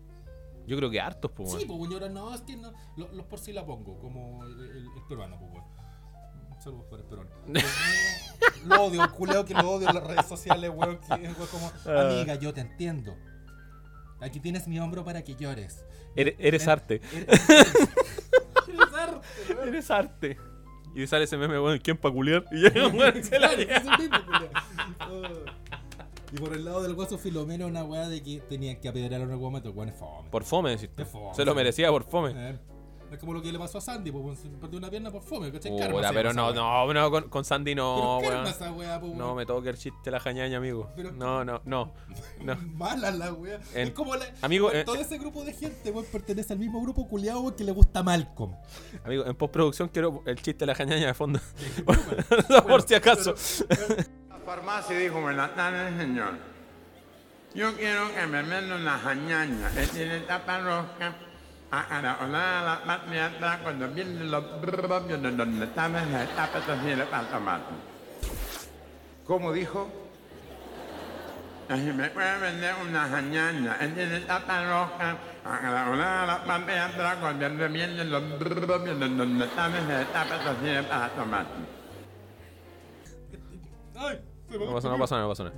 Yo creo que hartos, pues,
Sí,
weón.
pues, weón, y ahora no, es que no. Los, los por si la pongo, como el, el- el peruano, pues, weón. Saludos para el peruano. lo odio, culeo, que lo odio en las redes sociales, weón. Que, weón, como,
Ah.
amiga, yo te entiendo. Aquí tienes mi hombro para que llores.
Eres,
eh,
eres arte.
Eres- eres arte, weón.
Eres arte. Y sale ese meme, weón, ¿quién pa' culiar? Y llega un weón, se la
Claro,
lleva.
eso mismo, culeo. Ah. Y por el lado del guaso Filomeno, una weá de que tenían que apedrear a una weá, pero weón es fome.
Por fome, decís tú.
Qué fome.
Se lo merecía por fome.
Eh, Es como lo que le pasó a Sandy, pues, weón, se perdió una pierna por fome, ¿cachai? Karma
Puta,
se
pero
llama
no,
esa weá.
no, no, con, con Sandy no,
Pero calma
weón.
esa wea, po,
No,
weón.
me toca el chiste de la jañaña, amigo.
Pero-
No, no, no. no.
Mala la wea.
En-
Es como la-
Amigo,
weón,
eh,
todo ese grupo de gente, weón, pertenece al mismo grupo culiado, weón, que le gusta Malcolm.
Amigo, en postproducción quiero el chiste de la jañaña de fondo. Por si acaso.
La farmacia dijo, buenas tardes, señor. Yo quiero que me venda una jañaña que tiene tapa roja a la hora de la patria atrás cuando vienen los propios de donde estaban las tapas también para tomar. ¿Cómo dijo? Si me puede vender una jañaña que tiene tapa roja a la hora de la patria atrás cuando vienen los propios de donde estaban las tapas también para tomar.
Ay, se me-
No pasa nada, no pasa nada, no pasa nada.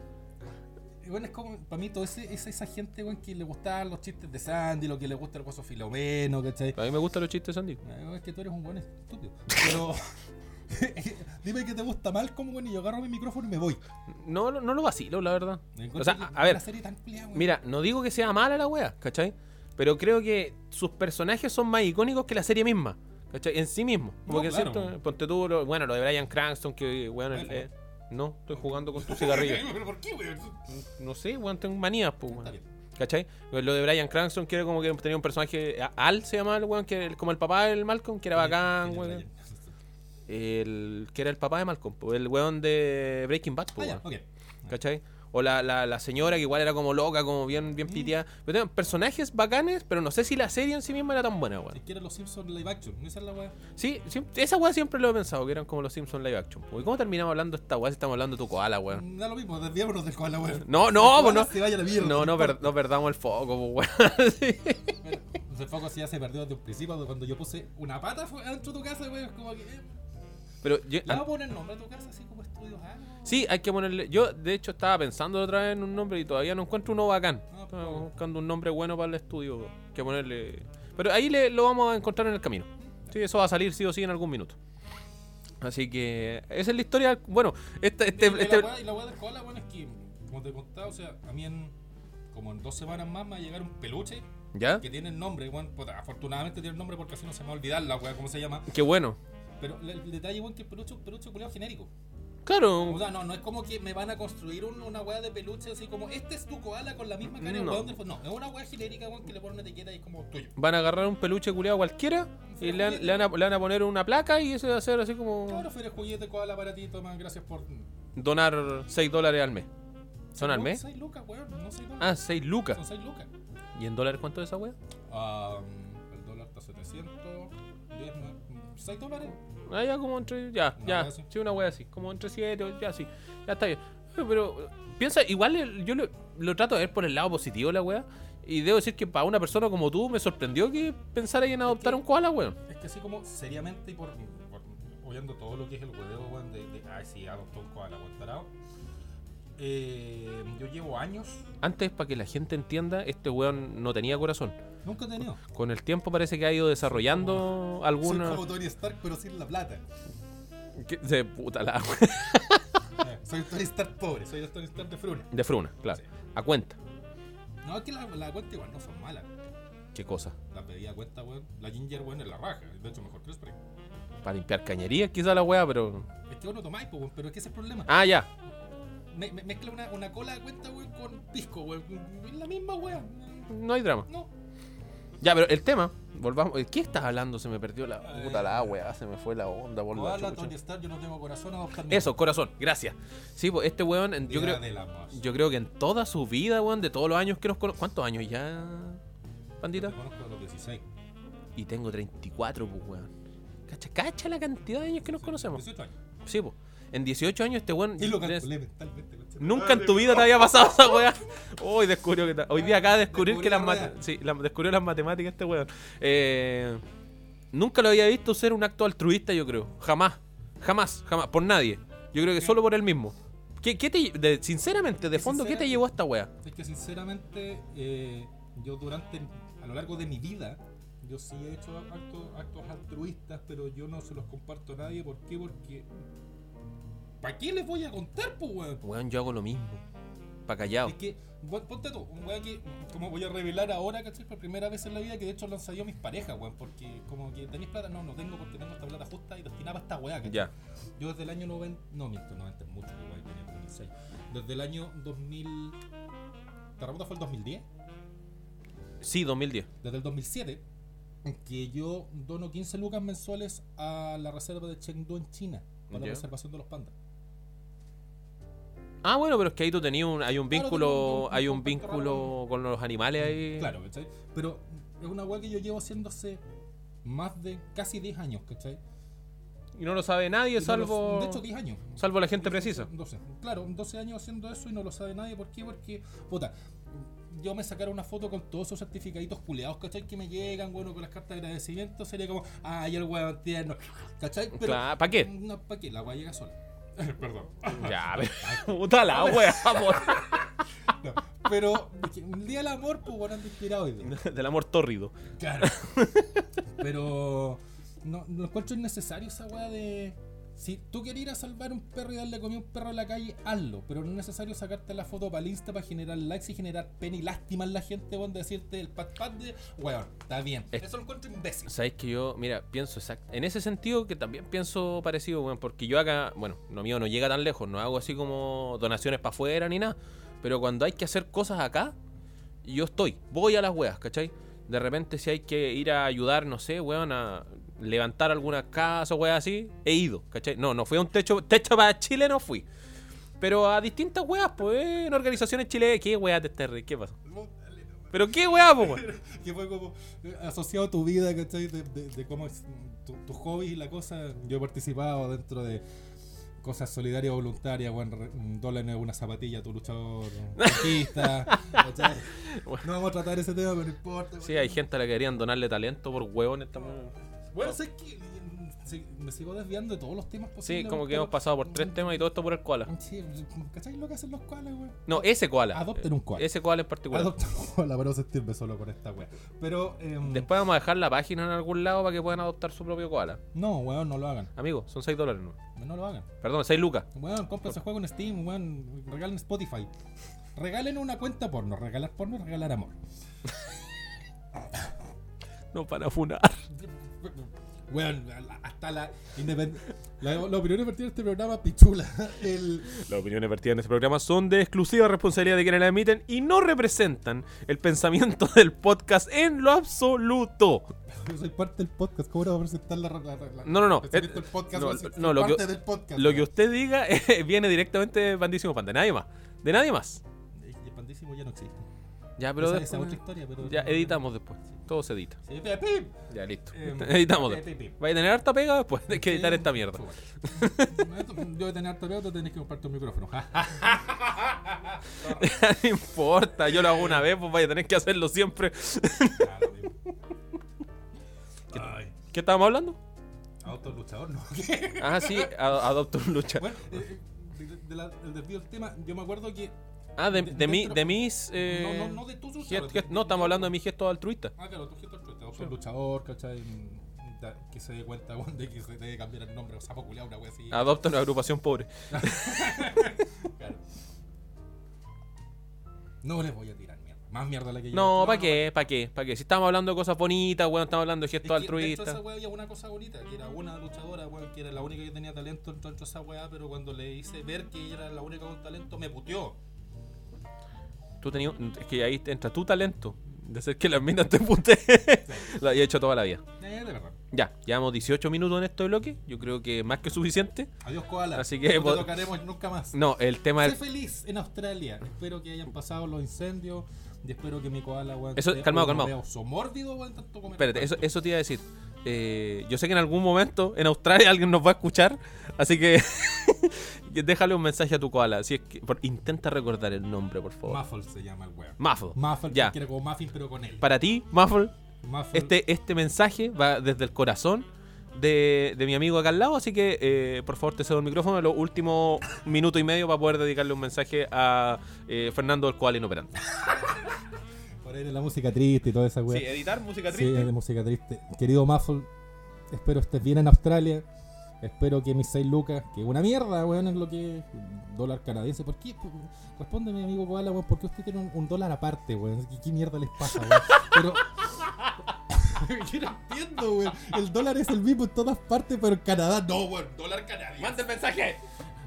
Y, weón, es como, para mí, todo ese, esa, esa gente, weón, que le gustaban los chistes de Sandy, lo que le gusta el guaso Filomeno, ¿cachai?
A mí me gustan los chistes, Sandy.
Ay, weón, Es que tú eres un buen estúpido. Pero. Dime que te gusta Malcolm, weón, y yo agarro mi micrófono y me voy.
No, no, no lo vacilo, la verdad.
Encuentro
O sea,
que
a, a ver,
una serie tan culiada, weón.
mira, no digo que sea mala la wea, ¿cachai? Pero creo que sus personajes son más icónicos que la serie misma, ¿cachai? En sí mismo. Como
No,
que
claro.
cierto, ponte tú, lo- bueno, lo de Brian Cranston, que weón. el- eh, no, estoy jugando con tu cigarrillo.
Pero ¿por qué, weón?
No sé, weón, tengo manías, pues, weón.
Está bien.
¿Cachai? Pues Lo de Brian Cranston, que era como que tenía un personaje. a- Al se llamaba el weón, que era el- como el papá del Malcolm, que era bacán,
Tiene
weón.
Brian.
El, que era el papá de Malcolm, pues, el weón de Breaking Bad,
Ah,
pues,
ya,
weón.
ok.
¿Cachai? O la, la- la señora que igual era como loca, como bien, bien piteada. Pero tenían personajes bacanes, pero no sé si la serie en sí misma era tan buena,
Si
weón.
quieres los Simpsons live action, esa es la weá.
Sí, sí, esa weá siempre lo he pensado, que eran como los Simpsons live action. po. ¿Y cómo terminamos hablando de esta weá si estamos hablando de tu koala, weón?
Da lo mismo, desviémonos del koala, weón.
No, no,
El
pues
koala
no.
Se vaya a la mierda.
No, no, per- no perdamos el foco, pues, weón. Sí.
Mira, Ese foco sí ya se perdió desde un principio de cuando yo puse una pata fue adentro de tu casa, weón. Es como que. eh,
Pero yo-
Le vamos a poner nombre a tu casa, así como estudios Ah, algo.
Sí, hay que ponerle. Yo, de hecho, estaba pensando otra vez en un nombre y todavía no encuentro uno bacán.
Ah,
Estaba
pues.
buscando un nombre bueno para el estudio que ponerle. Pero ahí le- lo vamos a encontrar en el camino. Sí, eso va a salir sí o sí en algún minuto. Así que esa es la historia. Bueno, esta-
Y
este,
la
este-
weá- y la weá del koala, weón, es que, como te contaba, o sea, a mí en, como en dos semanas más me va a llegar un peluche
¿Ya?
que tiene el nombre, weón. puta, afortunadamente tiene el nombre porque así no se me va a olvidar la weá, cómo se llama.
Qué bueno.
Pero el, el detalle, weón, que el peluche es un peluche culiao genérico.
Claro.
O sea, no, no es como que me van a construir un- una weá de peluche así como, este es tu koala con la misma cara y el
No.
weón del- No, es una weá genérica, weón, que le ponen una etiqueta y es como tuyo.
Van a agarrar un peluche culeado cualquiera y le, han- le van a, le van a poner una placa y ese va a ser así como
Claro, Fere Juguete, koala para ti, toma, gracias por.
donar 6 dólares al mes. ¿Son al mes?
6 lucas, weón, no 6
Ah,
dólares.
6 lucas.
Son 6 lucas.
¿Y en dólares cuánto es esa wea?
Ah, el dólar está 700. 10, 6 dólares.
Ah, ya como entre. Ya,
Una
ya.
wea así.
Sí, una wea así. Como entre 7, ya sí. Ya está bien. Eh, Pero eh, piensa, igual el- yo lo, lo trato de ver por el lado positivo la wea. Y debo decir que para una persona como tú me sorprendió que pensara en adoptar un koala, weón.
Es que así como seriamente y por, por oyendo todo lo que es el hueveo, weón, de, de ay sí, adoptó un koala, weón, tarado. Eh, yo llevo años,
Antes, para que la gente entienda, este weón no tenía corazón.
nunca he tenido.
Con el tiempo parece que ha ido desarrollando
Soy
alguna.
como Tony Stark, pero sin la plata.
¿Qué? De puta la
Eh, soy Tony Stark pobre, soy el Tony Stark de Fruna.
De fruna, claro.
Sí.
A cuenta.
No, es que la, la cuenta igual no son malas.
Qué cosa.
La pedía cuenta, weón. La Ginger, weón, es la raja. De hecho, mejor que el spray.
Para limpiar cañerías, quizá la wea, pero.
Es que vos no tomáis, po, weón, pero es que ese es el problema.
Ah, ya.
Me- me- mezcla una, una cola de cuenta, weón, con pisco, weón. Es la misma, weón.
No hay drama.
No.
Ya, pero el tema, volvamos. eh, ¿Qué estás hablando? Se me perdió la puta la weá, se me fue la onda, por la
Koala,
chucha.
Tony Stark, yo no tengo corazón adoptando.
Eso, corazón, gracias. Sí, pues este weón, en- yo creo, yo creo que en toda su vida, weón, de todos los años que nos conocemos. ¿Cuántos años ya, pandita?
Te conozco de los 16.
Y tengo 34, pues, weón. Cacha, cacha la cantidad de años que nos conocemos.
18 años.
Sí, pues. En 18 años este weón.
Y lo
des-
calculé Ah, mentalmente. concha.
Nunca en tu vida te había pasado esa weá. Hoy descubrió que ta- Hoy día acaba de descubrir
Descubrí
que las
la
mate-
rueda.
sí, la- descubrió las matemáticas este weón. Eh, nunca lo había visto ser un acto altruista, yo creo. Jamás. Jamás, jamás. Por nadie. Yo creo que solo por él mismo. ¿Qué, qué te, de- sinceramente, de fondo, ¿qué te
Sinceramente.
llevó a esta weá?
Es que sinceramente, eh, yo durante, a lo largo de mi vida, yo sí he hecho actos, actos altruistas, pero yo no se los comparto a nadie. ¿Por qué? Porque. ¿Para qué les voy a contar, pues, weón?
Weón, yo hago lo mismo. Pa' callado.
Es que, weón, ponte tú, un weón que, como voy a revelar ahora, ¿cachai? Por primera vez en la vida, que de hecho lo han sabido mis parejas, weón, porque como que tenéis plata, no, no tengo porque tengo esta plata justa y destinaba esta weá, ¿cachai?
Ya.
Yo desde el año 90, no miento, 90 es mucho, igual tenía 2006. Desde el año 2000, terremoto fue el 2010,
Sí, 2010.
desde el 2007, que yo dono 15 lucas mensuales a la reserva de Chengdu en China, para
Ya.
la preservación de los pandas.
Ah, bueno, pero es que ahí tú tenías un, hay un
Claro, tengo
vínculo,
un-
hay
un
un
contacto
vínculo con los animales ahí.
Claro, ¿cachai? Pero es una weá que yo llevo haciéndose más de casi 10 años, ¿cachai?
Y no lo sabe nadie,
Y no lo-
salvo,
De hecho, 10 años.
salvo la gente precisa.
12, claro, 12 años haciendo eso y no lo sabe nadie. ¿Por qué? Porque, puta, yo me sacara una foto con todos esos certificaditos culeados, ¿cachai? Que me llegan, bueno, con las cartas de agradecimiento, sería como, ay, el huevón tierno, ¿cachai? Pero,
Claro, ¿pa' qué?
No, ¿para qué? La hueá llega sola. Perdón.
Ya, pero- puta la wea, amor.
No, pero, es que el día del amor, pues, bueno, ando inspirado hoy día.
Del amor tórrido.
Claro. Pero no, no encuentro innecesario esa weá de. Si tú quieres ir a salvar un perro y darle comida a un perro a la calle, hazlo. Pero no es necesario sacarte la foto para el Insta para generar likes y generar pena y lástima en la gente, weón, de decirte el pat pat de. Weón, está bien.
Es-
Eso lo encuentro imbécil.
Sabéis que yo, mira, pienso exacto. En ese sentido que también pienso parecido, weón, porque yo acá, bueno, lo mío no llega tan lejos, no hago así como donaciones para afuera ni nada. Pero cuando hay que hacer cosas acá, yo estoy, voy a las weas, ¿cachai? De repente si hay que ir a ayudar, no sé, weón, a levantar alguna casa o weas así, he ido, ¿cachai? No, no fui a un techo, techo para Chile no fui. Pero a distintas weas, pues, en organizaciones chilenas, ¿qué wea te estás ¿Qué pasa? ¿Pero qué wea, po, weón?
Que fue como eh, asociado a tu vida, ¿cachai? De, de- de cómo es mm, tu, tu hobby y la cosa. Yo he participado dentro de cosas solidarias o voluntarias, weón, re- un dólar en una zapatilla, tu luchador conquista. ¿cachai? No vamos a tratar ese tema, pero no importa.
Sí, hay gente a la que querían donarle talento por hueones también.
Bueno, sé que. sí, me sigo desviando de todos los temas
Sí,
posibles.
como que
pero-
hemos pasado por tres temas y todo esto por el koala.
Sí, ¿cachai lo que hacen los koalas, güey?
No, ese koala.
Adopten un koala.
Ese koala en particular.
Adopta un koala para no sentirme solo con esta wea. Pero, em,
Después vamos a dejar la página en algún lado para que puedan adoptar su propio koala.
no, weón, no lo hagan.
Amigo, son 6 dólares. ¿no?
No lo hagan.
Perdón, 6 lucas.
Weón, compren ese juego en Steam, weón. Regalen Spotify. Regalen una cuenta porno. Regalar porno es regalar amor.
No para funar.
Weón, hasta la, independ- la, la opinión vertida en este programa, pichula. El,
Las opiniones vertidas en este programa son de exclusiva responsabilidad de quienes la emiten y no representan el pensamiento del podcast en lo absoluto.
yo soy parte del podcast. ¿Cómo no va a presentar la. la, la- la-
No, no, no.
el pensamiento
Eh,
del podcast,
no,
weón, si soy
no, lo que-
parte del podcast,
Lo que
weón.
usted diga eh, viene directamente de Bandísimo Pan, de nadie más. De nadie más.
El pandísimo ya no existe.
Ya, pero
Esa- esa es
después.
otra historia, pero-
Ya editamos después. Todo se edita.
Sí, pip, pip.
Ya, listo.
Eh,
editamos
eh,
después.
pip,
Va a tener harta pega después de que editar
Sí,
esta mierda.
Yo voy a tener harto peor, tú tenés que comprar tu micrófono.
no importa, yo lo hago una vez, pues vaya a tener que hacerlo siempre.
Ay,
¿Qué estábamos hablando?
auto luchador, no.
Ah, sí, a- adopto un lucha.
Bueno, eh, eh, de- de la- el desvío del tema, yo me acuerdo que.
Ah, de,
de-
de, mi-
dentro-
de mis. eh,
no, no, no de tus
gest-
luchadores.
gest- no, estamos hablando de mis gestos altruistas.
Ah, claro, tú gente altruista, otro luchador, ¿cachai? Mm, da- Que se dé cuenta, weón, de que se debe cambiar el nombre, o sapo culiao, una wea así.
Adopta una agrupación pobre.
Claro. No les voy a tirar mierda, más mierda la que yo.
No, ¿para qué? ¿Para qué? ¿Para qué? Si estamos hablando de cosas bonitas, bueno, estamos hablando de
Es
gestos
que dentro de
altruistas.
esa wea había una cosa bonita, que era una luchadora, weón, que era la única que tenía talento dentro de esa wea, pero cuando le hice ver que ella era la única con talento, me puteó.
Tú tenías. Es que ahí entra tu talento. De ser que las minas te puteen. Lo había hecho toda la vida.
Eh, de verdad.
Ya, llevamos 18 minutos en este bloque. Yo creo que más que suficiente.
Adiós, Koala.
Así que
No te
pod-
tocaremos nunca más.
No, el tema
Sé
del.
feliz en Australia. Espero que hayan pasado los incendios. Y espero que mi koala, weón.
Eso-
esté
calmado,
hoy no
calmado.
veo oso mórbido, weón, tanto comer
Espérate, eso,
tanto.
eso te iba a decir. Eh, yo sé que en algún momento en Australia alguien nos va a escuchar, así que déjale un mensaje a tu koala. Si es que, por- intenta recordar el nombre, por favor.
Muffle se llama el weón.
Muffle.
Muffle,
Ya.
ya. que era como muffin, pero con él.
Para ti, Muffle,
Muffle.
este, este mensaje va desde el corazón de, de mi amigo acá al lado, así que eh, por favor te cedo el micrófono en los últimos minuto y medio para poder dedicarle un mensaje a eh, Fernando, el koala inoperante.
Por ahí de la música triste y toda esa weón.
editar música
Sí, es de música triste. Querido Muffle, espero estés bien en Australia. Espero que mis 6 lucas, que una mierda, weón, es lo que. Dólar canadiense. ¿Por qué? Por- Respóndeme, amigo Koala, weón, ¿por qué usted tiene un, un dólar aparte, weón? ¿Qué, qué mierda les pasa, weón? Pero. Yo no entiendo, weón. El dólar es el mismo en todas partes, pero en Canadá no, weón. Dólar canadiense.
el mensaje!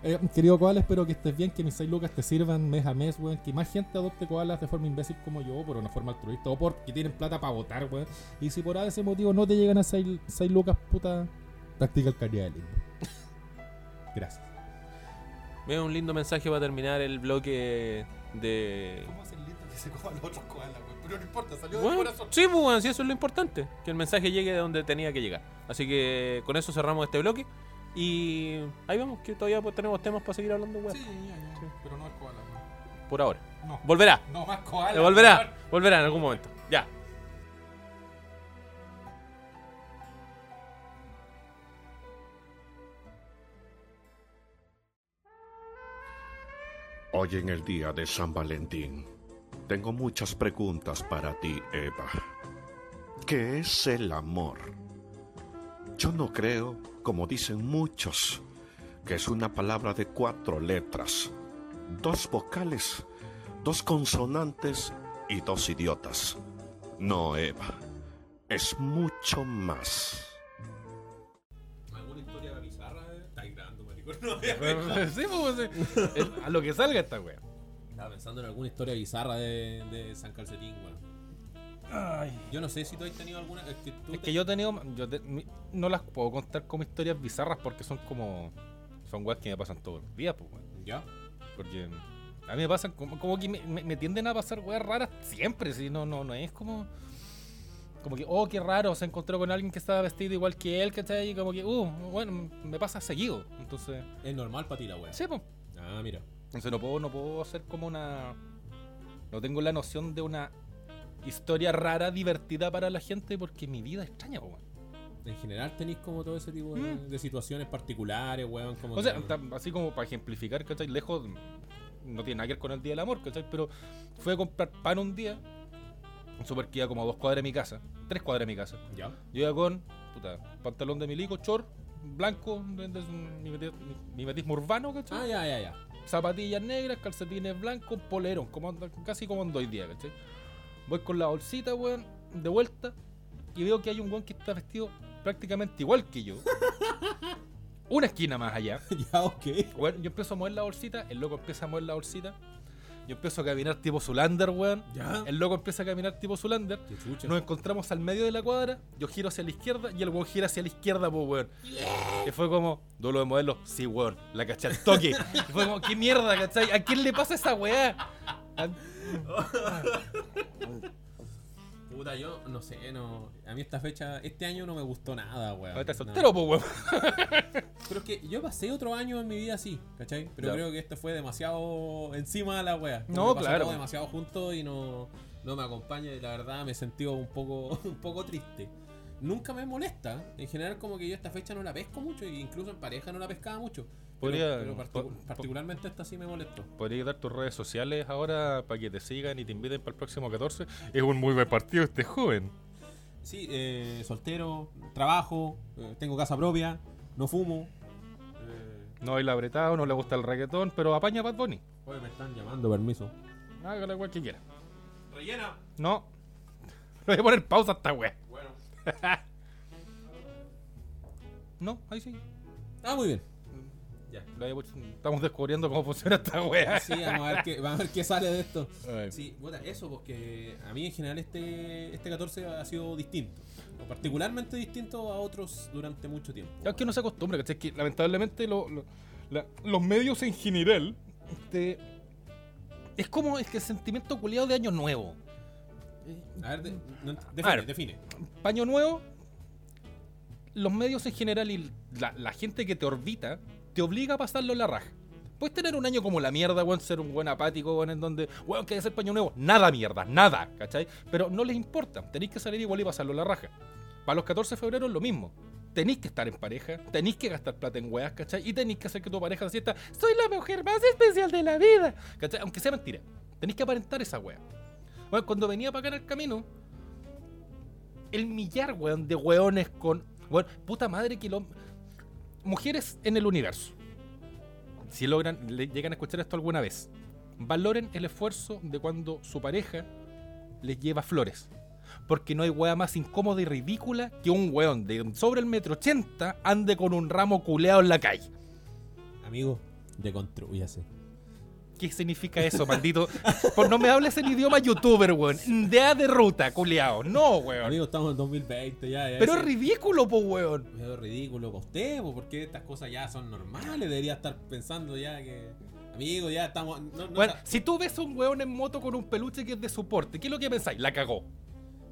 Eh, querido Koala, espero que estés bien, que mis 6 lucas te sirvan mes a mes, weón. Que más gente adopte koalas de forma imbécil como yo, por una forma altruista, o porque tienen plata para votar, weón. Y si por ese motivo no te llegan a 6, lucas, puta, practica el canibalismo. Gracias.
Veo un lindo mensaje para terminar el bloque de.
¿Cómo hacen lindo que se cojan los otros koalas, weón? Pero no importa, salió
Bueno, sí, pues, bueno, sí, eso es lo importante. Que el mensaje llegue de donde tenía que llegar. Así que con eso cerramos este bloque. Y ahí vamos, que todavía pues, tenemos temas para seguir hablando, weón.
Sí, ya, ya, pero no es koala, weón.
Por ahora.
No.
Volverá.
No más koala.
Volverá. Volverá en algún momento. Ya.
Hoy en el día de San Valentín, tengo muchas preguntas para ti, Eva. ¿Qué es el amor? Yo no creo, como dicen muchos, que es una palabra de cuatro letras, dos vocales, dos consonantes y dos idiotas. No, Eva, es mucho más.
¿Alguna historia bizarra? Está grabando, maricón.
sí, pues, sí. El- a lo que salga esta wea.
Estaba pensando en alguna historia bizarra de, de San Calcetín, weón. Yo no sé si tú has tenido alguna. Es que tú
Es
te-
que yo he tenido. Yo te- mi- no las puedo contar como historias bizarras porque son como. Son weas que me pasan todos los días, pues, weón.
¿Ya?
Porque a mí me pasan como, como que me, me- me tienden a pasar weas raras siempre, si no, no, no es como. Como que, oh, qué raro, se encontró con alguien que estaba vestido igual que él, ¿cachai? Y como que, uh, bueno, me pasa seguido. Entonces,
Es normal para ti la weón.
sí, pues.
Ah, mira.
Entonces no puedo, no puedo hacer como una. No tengo la noción de una historia rara, divertida para la gente, porque mi vida es extraña, po, weón.
En general tenéis como todo ese tipo de, de situaciones particulares, weón. Como
Mm. O sea,
que-
tam- así como para ejemplificar, ¿cachai? Lejos no tiene nada que ver con el día del amor, ¿cachai? Pero fui a comprar pan un día, un super que iba como a dos cuadras de mi casa, tres cuadras de mi casa.
Ya.
Yo iba con, puta, pantalón de milico, short, blanco, de- de- es un mimeti- mi- mimetismo urbano,
Ah,
¿cachai?
ya, ya, ya.
Zapatillas negras, calcetines blancos, polerón, como ando- casi como ando hoy día, ¿cachai? Voy con la bolsita, weón, de vuelta, y veo que hay un weón que está vestido prácticamente igual que yo. Una esquina más allá.
ya, ok.
Bueno, yo empiezo a mover la bolsita, el loco empieza a mover la bolsita. Yo empiezo a caminar tipo Zulander, weón.
Ya.
El loco empieza a caminar tipo Zulander.
Qué chucha.
Nos encontramos al medio de la cuadra, yo giro hacia la izquierda y el weón gira hacia la izquierda, po, weón. Y fue como, duelo de modelo, sí, weón, la caché al toque. Y fue como, qué mierda, ¿cachai? ¿A quién le pasa esa weá? A-
Puta, yo no sé, no. A mí esta fecha, este año no me gustó nada, weón.
Ahorita es
No.
soltero, po, weón.
Pero es que yo pasé otro año en mi vida así, ¿cachai? Pero
Ya.
creo que este fue demasiado encima de la wea.
No,
Me pasó
claro.
todo demasiado junto y no, no me acompaña y la verdad me he sentido un poco, un poco triste. Nunca me molesta. En general como que yo esta fecha no la pesco mucho y incluso en pareja no la pescaba mucho. Pero-
Podría-
pero, particu-
po- po-
particularmente esta sí me molestó.
Podrías dar tus redes sociales ahora para que te sigan y te inviten para el próximo 14. Es un muy buen partido este joven.
Sí, eh, soltero, trabajo, eh, tengo casa propia, no fumo.
No baila apretado, no le gusta el reggaetón, pero apaña a Bad Bunny.
Oye, me están llamando, permiso.
Haga la weá que quiera.
Rellena.
No. Le voy a poner pausa a esta weá.
Bueno.
No, ahí sí.
Ah, muy bien.
Le voy a poner- Estamos descubriendo cómo funciona esta weá.
Sí, vamos a ver qué, vamos a ver qué sale de esto.
Ay.
Sí, puta, eso, porque a mí en general este, este 14 ha sido distinto. O particularmente distinto a otros durante mucho tiempo.
Ya que no se acostumbra, ¿cachai? Que lamentablemente lo- lo- la- los medios en general. te- Es como es que el sentimiento culiado de año nuevo.
A ver, de- no ent- define,
A ver.
define.
Paño nuevo, los medios en general y la, la gente que te orbita te obliga a pasarlo en la raja. Puedes tener un año como la mierda, weón, ser un buen apático, weón, en donde, weón, que hacer paño nuevo. Nada mierda, nada, ¿cachai? Pero no les importa, tenéis que salir igual y pasarlo en la raja. Para los 14 de febrero es lo mismo. Tenéis que estar en pareja, tenéis que gastar plata en weas, ¿cachai? Y tenéis que hacer que tu pareja se sienta, soy la mujer más especial de la vida, ¿cachai? Aunque sea mentira, tenéis que aparentar esa wea. Bueno, cuando venía para acá en el camino, el millar, weón, de weones con. Weón, puta madre que lo. Mujeres en el universo. Si logran, le- llegan a escuchar esto alguna vez. Valoren el esfuerzo de cuando su pareja les lleva flores. Porque no hay wea más incómoda y ridícula que un weón de sobre el metro 80 ande con un ramo culeado en la calle.
Amigo, deconstruyase.
¿Qué significa eso, maldito? Por no me hables en idioma youtuber, weón. Dea de ruta, culeado. No, weón.
Amigo, estamos en 2020, ya, ya.
Pero
ese-
es ridículo, po, weón.
medio ridículo para usted, po, porque estas cosas ya son normales. Debería estar pensando ya que. Amigo, ya estamos. No, no
Bueno,
está-
si tú ves a un weón en moto con un peluche que es de su porte, ¿qué es lo que pensáis? La cagó.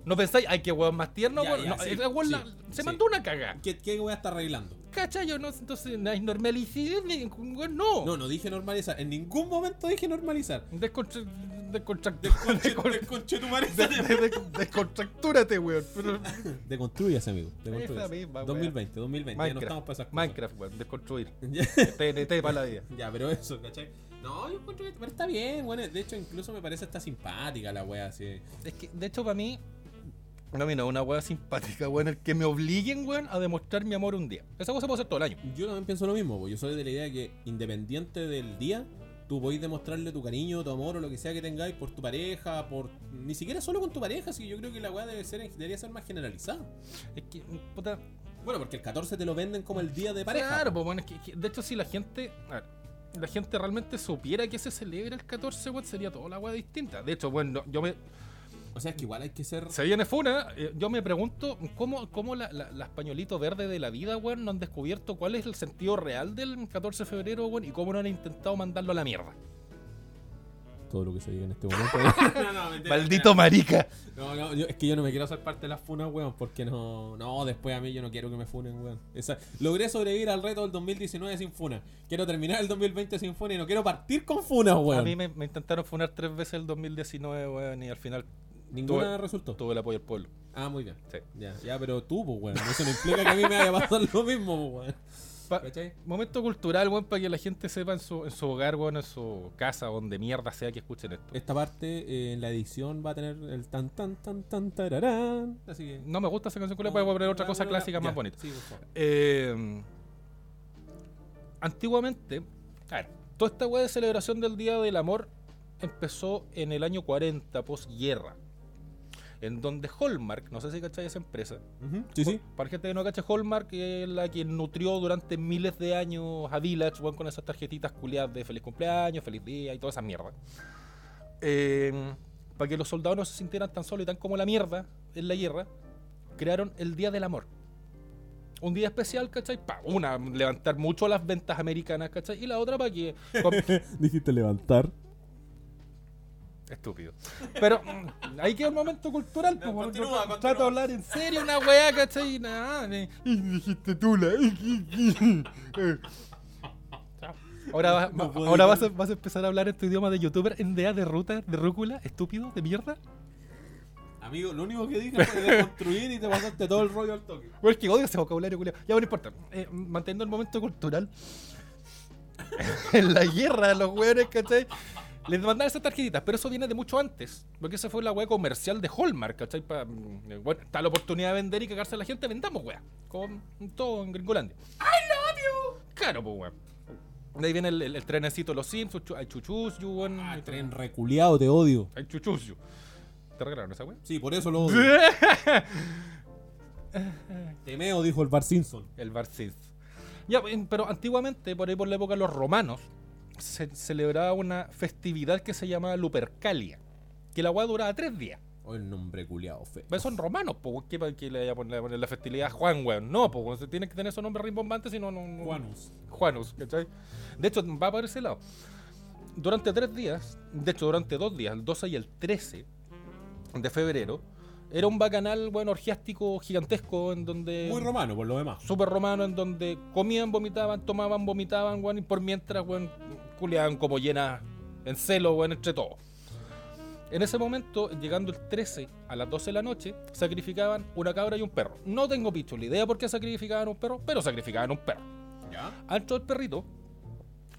¿No pensáis, ay, qué weón más tierno?
Ya,
weón?
ya,
No,
sí,
ese weón
sí,
la- se
sí.
mandó una cagada.
¿Qué, ¿Qué voy a estar arreglando?
¿Cachayo? No, entonces, no hay normalicidad, ni- weón, no.
No, no dije normalizar. En ningún momento dije normalizar.
Descontra- descontract-
Conche-
descon-
Conchetumare.
de- de- de- Descontractúrate, weón. Pero-
Deconstruyase, amigo.
Esa
Deconstruyase.
misma, wea.
2020, 2020. Ya no estamos para esas
Minecraft,
cosas.
Minecraft, weón, desconstruir.
Ya.
TNT para la vida.
Ya, pero eso, ¿cachai? No, yo encuentro que pero está bien, bueno, de hecho incluso me parece está simpática la wea, así.
Es que, de hecho, para mí, no, mira, una weá simpática, weón, el que me obliguen, weón, a demostrar mi amor un día. Esa cosa puede ser todo el año.
Yo también pienso lo mismo, pues yo soy de la idea de que independiente del día, tú podés demostrarle tu cariño, tu amor o lo que sea que tengáis por tu pareja, por ni siquiera solo con tu pareja, así que yo creo que la wea debe ser debería ser más generalizada.
Es que, puta,
Bueno, porque el 14 te lo venden como el día de pareja.
Claro, pues bueno, es que- que- de hecho si la gente, a ver, la gente realmente supiera que se celebra el 14, weón, sería toda la weá distinta. De hecho, bueno, yo me
O sea, es que igual hay que ser
se viene funa, eh, yo me pregunto cómo, cómo la- la- las pañuelitos verdes de la vida, weón, no han descubierto cuál es el sentido real del 14 de febrero, weón, y cómo no han intentado mandarlo a la mierda.
todo lo que se diga en este momento. no, no, mentira,
Maldito marica.
No, no, yo- es que yo no me quiero hacer parte de las funas, weón, porque no, no, después a mí yo no quiero que me funen, weón. Esa- logré sobrevivir al reto del 2019 sin funa. Quiero terminar el 2020 sin funa y no quiero partir con funas,
A mí
weón.
me, me intentaron funar tres veces el 2019, weón, y al final
Ninguna resultó.
Tuve el apoyo del pueblo.
Ah, muy bien.
Sí.
Ya, ya, pero tú, pues, weón. Eso no implica que a mí me vaya a pasar lo mismo, pues, weón.
Pa-
¿Cachai?
momento cultural, weón, para que la gente sepa en su, en su hogar, weón, en su casa, donde mierda sea que escuchen esto.
Esta parte eh, en la edición va a tener el tan tan tan tan tararán. Así que.
No me gusta esa canción culera, pero voy a poner otra cosa clásica más bonita.
Sí, por favor.
Eh, antiguamente, a ver, toda esta weá de celebración del Día del Amor empezó en el año 40, posguerra. En donde Hallmark, no sé si cacháis esa empresa,
Ujú, Sí, sí.
para gente que no cacha, Hallmark es la que nutrió durante miles de años a Village, weón, con esas tarjetitas culiadas de feliz cumpleaños, feliz día y toda esa mierda. Eh, para que los soldados no se sintieran tan solos y tan como la mierda en la guerra, crearon el Día del Amor. Un día especial, ¿cachai? Para una, levantar mucho las ventas americanas, ¿cachai? Y la otra para que...
Dijiste levantar.
Estúpido. Pero mm, ahí queda el momento cultural, pues, weón. Yo trato de hablar en serio una weá, ¿cachai? Y Nada, ni- y dijiste tú la. Eh. Ahora, vas,
No
va-
puedo
ahora vas, a, vas a empezar a hablar en tu idioma de youtuber en DA de ruta, de rúcula, estúpido, de mierda.
Amigo, lo único que dije fue deconstruir y te pasaste todo el rollo al toque.
Bueno, es que odio ese vocabulario, culiao. Ya, bueno, no importa. Eh, manteniendo el momento cultural. en la guerra, los weones, ¿cachai? Les mandaban esas tarjetitas, pero eso viene de mucho antes. Porque esa fue la wea comercial de Hallmark, ¿cachai? Pa- mm, eh, bueno, está la oportunidad de vender y cagarse a la gente, vendamos, wea. Con todo en Gringolandia. ¡I love you! Claro, pues, wea. De ahí viene el, el- el trenecito de los Simpsons, chu- hay chuchus, you, weón.
Ah,
Hay
tren reculeado, te odio.
Hay chuchus, you. ¿Te regalaron esa wea?
Sí, por eso lo odio. Temeo, dijo el Bar Simpson.
El Barcis. Ya, en- pero antiguamente, por ahí por la época de los romanos, se celebraba una festividad que se llamaba Lupercalia. Que la weá duraba tres días.
O el nombre culeado feo.
Pero son romanos, po, ¿qué, pa- qué le voy a poner, le voy a poner la festividad a Juan, weón? No, po, se tiene que tener esos nombres rimbombantes, si no, no. no-
Juanus.
Juanus, ¿cachai? De hecho, va para ese lado. Durante tres días, de hecho, durante dos días, el 12 y el 13 de febrero, era un bacanal, bueno, orgiástico gigantesco en donde
Muy romano, por lo demás.
súper romano en donde comían, vomitaban, tomaban, vomitaban, weón, y por mientras, weón, culeaban como llenas en celo, weón, entre todos. En ese momento, llegando el 13 a las 12 de la noche, sacrificaban una cabra y un perro. No tengo picho la idea por qué sacrificaban un perro, pero sacrificaban un perro.
¿Ya?
Ancho del perrito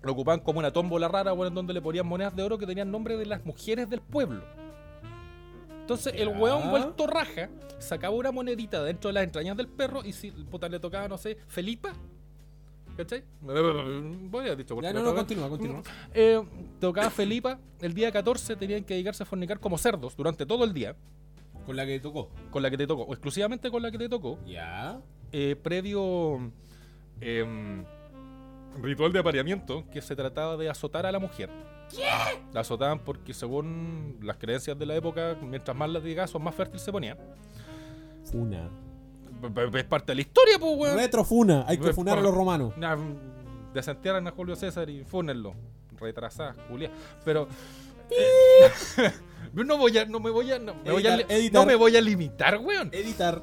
lo ocupaban como una tómbola rara, weón, en donde le ponían monedas de oro que tenían nombre de las mujeres del pueblo. Entonces el
Ya.
weón vuelto raja sacaba una monedita dentro de las entrañas del perro y si puta, le tocaba, no sé, Felipa. ¿Cachai? Voy a dicho
Ya,
porque
no,
me
no,
toca.
continúa, continúa.
Eh, tocaba Felipa, el día 14 tenían que dedicarse a fornicar como cerdos durante todo el día,
Con la que tocó.
con la que te tocó, o exclusivamente con la que te tocó,
Ya.
eh, previo em, ritual de apareamiento que se trataba de azotar a la mujer. La azotaban porque según las creencias de la época, mientras más las son más fértil se ponía.
Funa.
P- p- Es parte de la historia, pues, weón.
Retrofuna. Hay que
Re-
funar a los romanos.
Nah, Desentierran a Julio César y fúnenlo. Retrasadas, Julia. Pero. eh, no voy a. No me voy a. No me, voy a,
Editar,
li-
editar.
no me voy a limitar, weón.
Editar.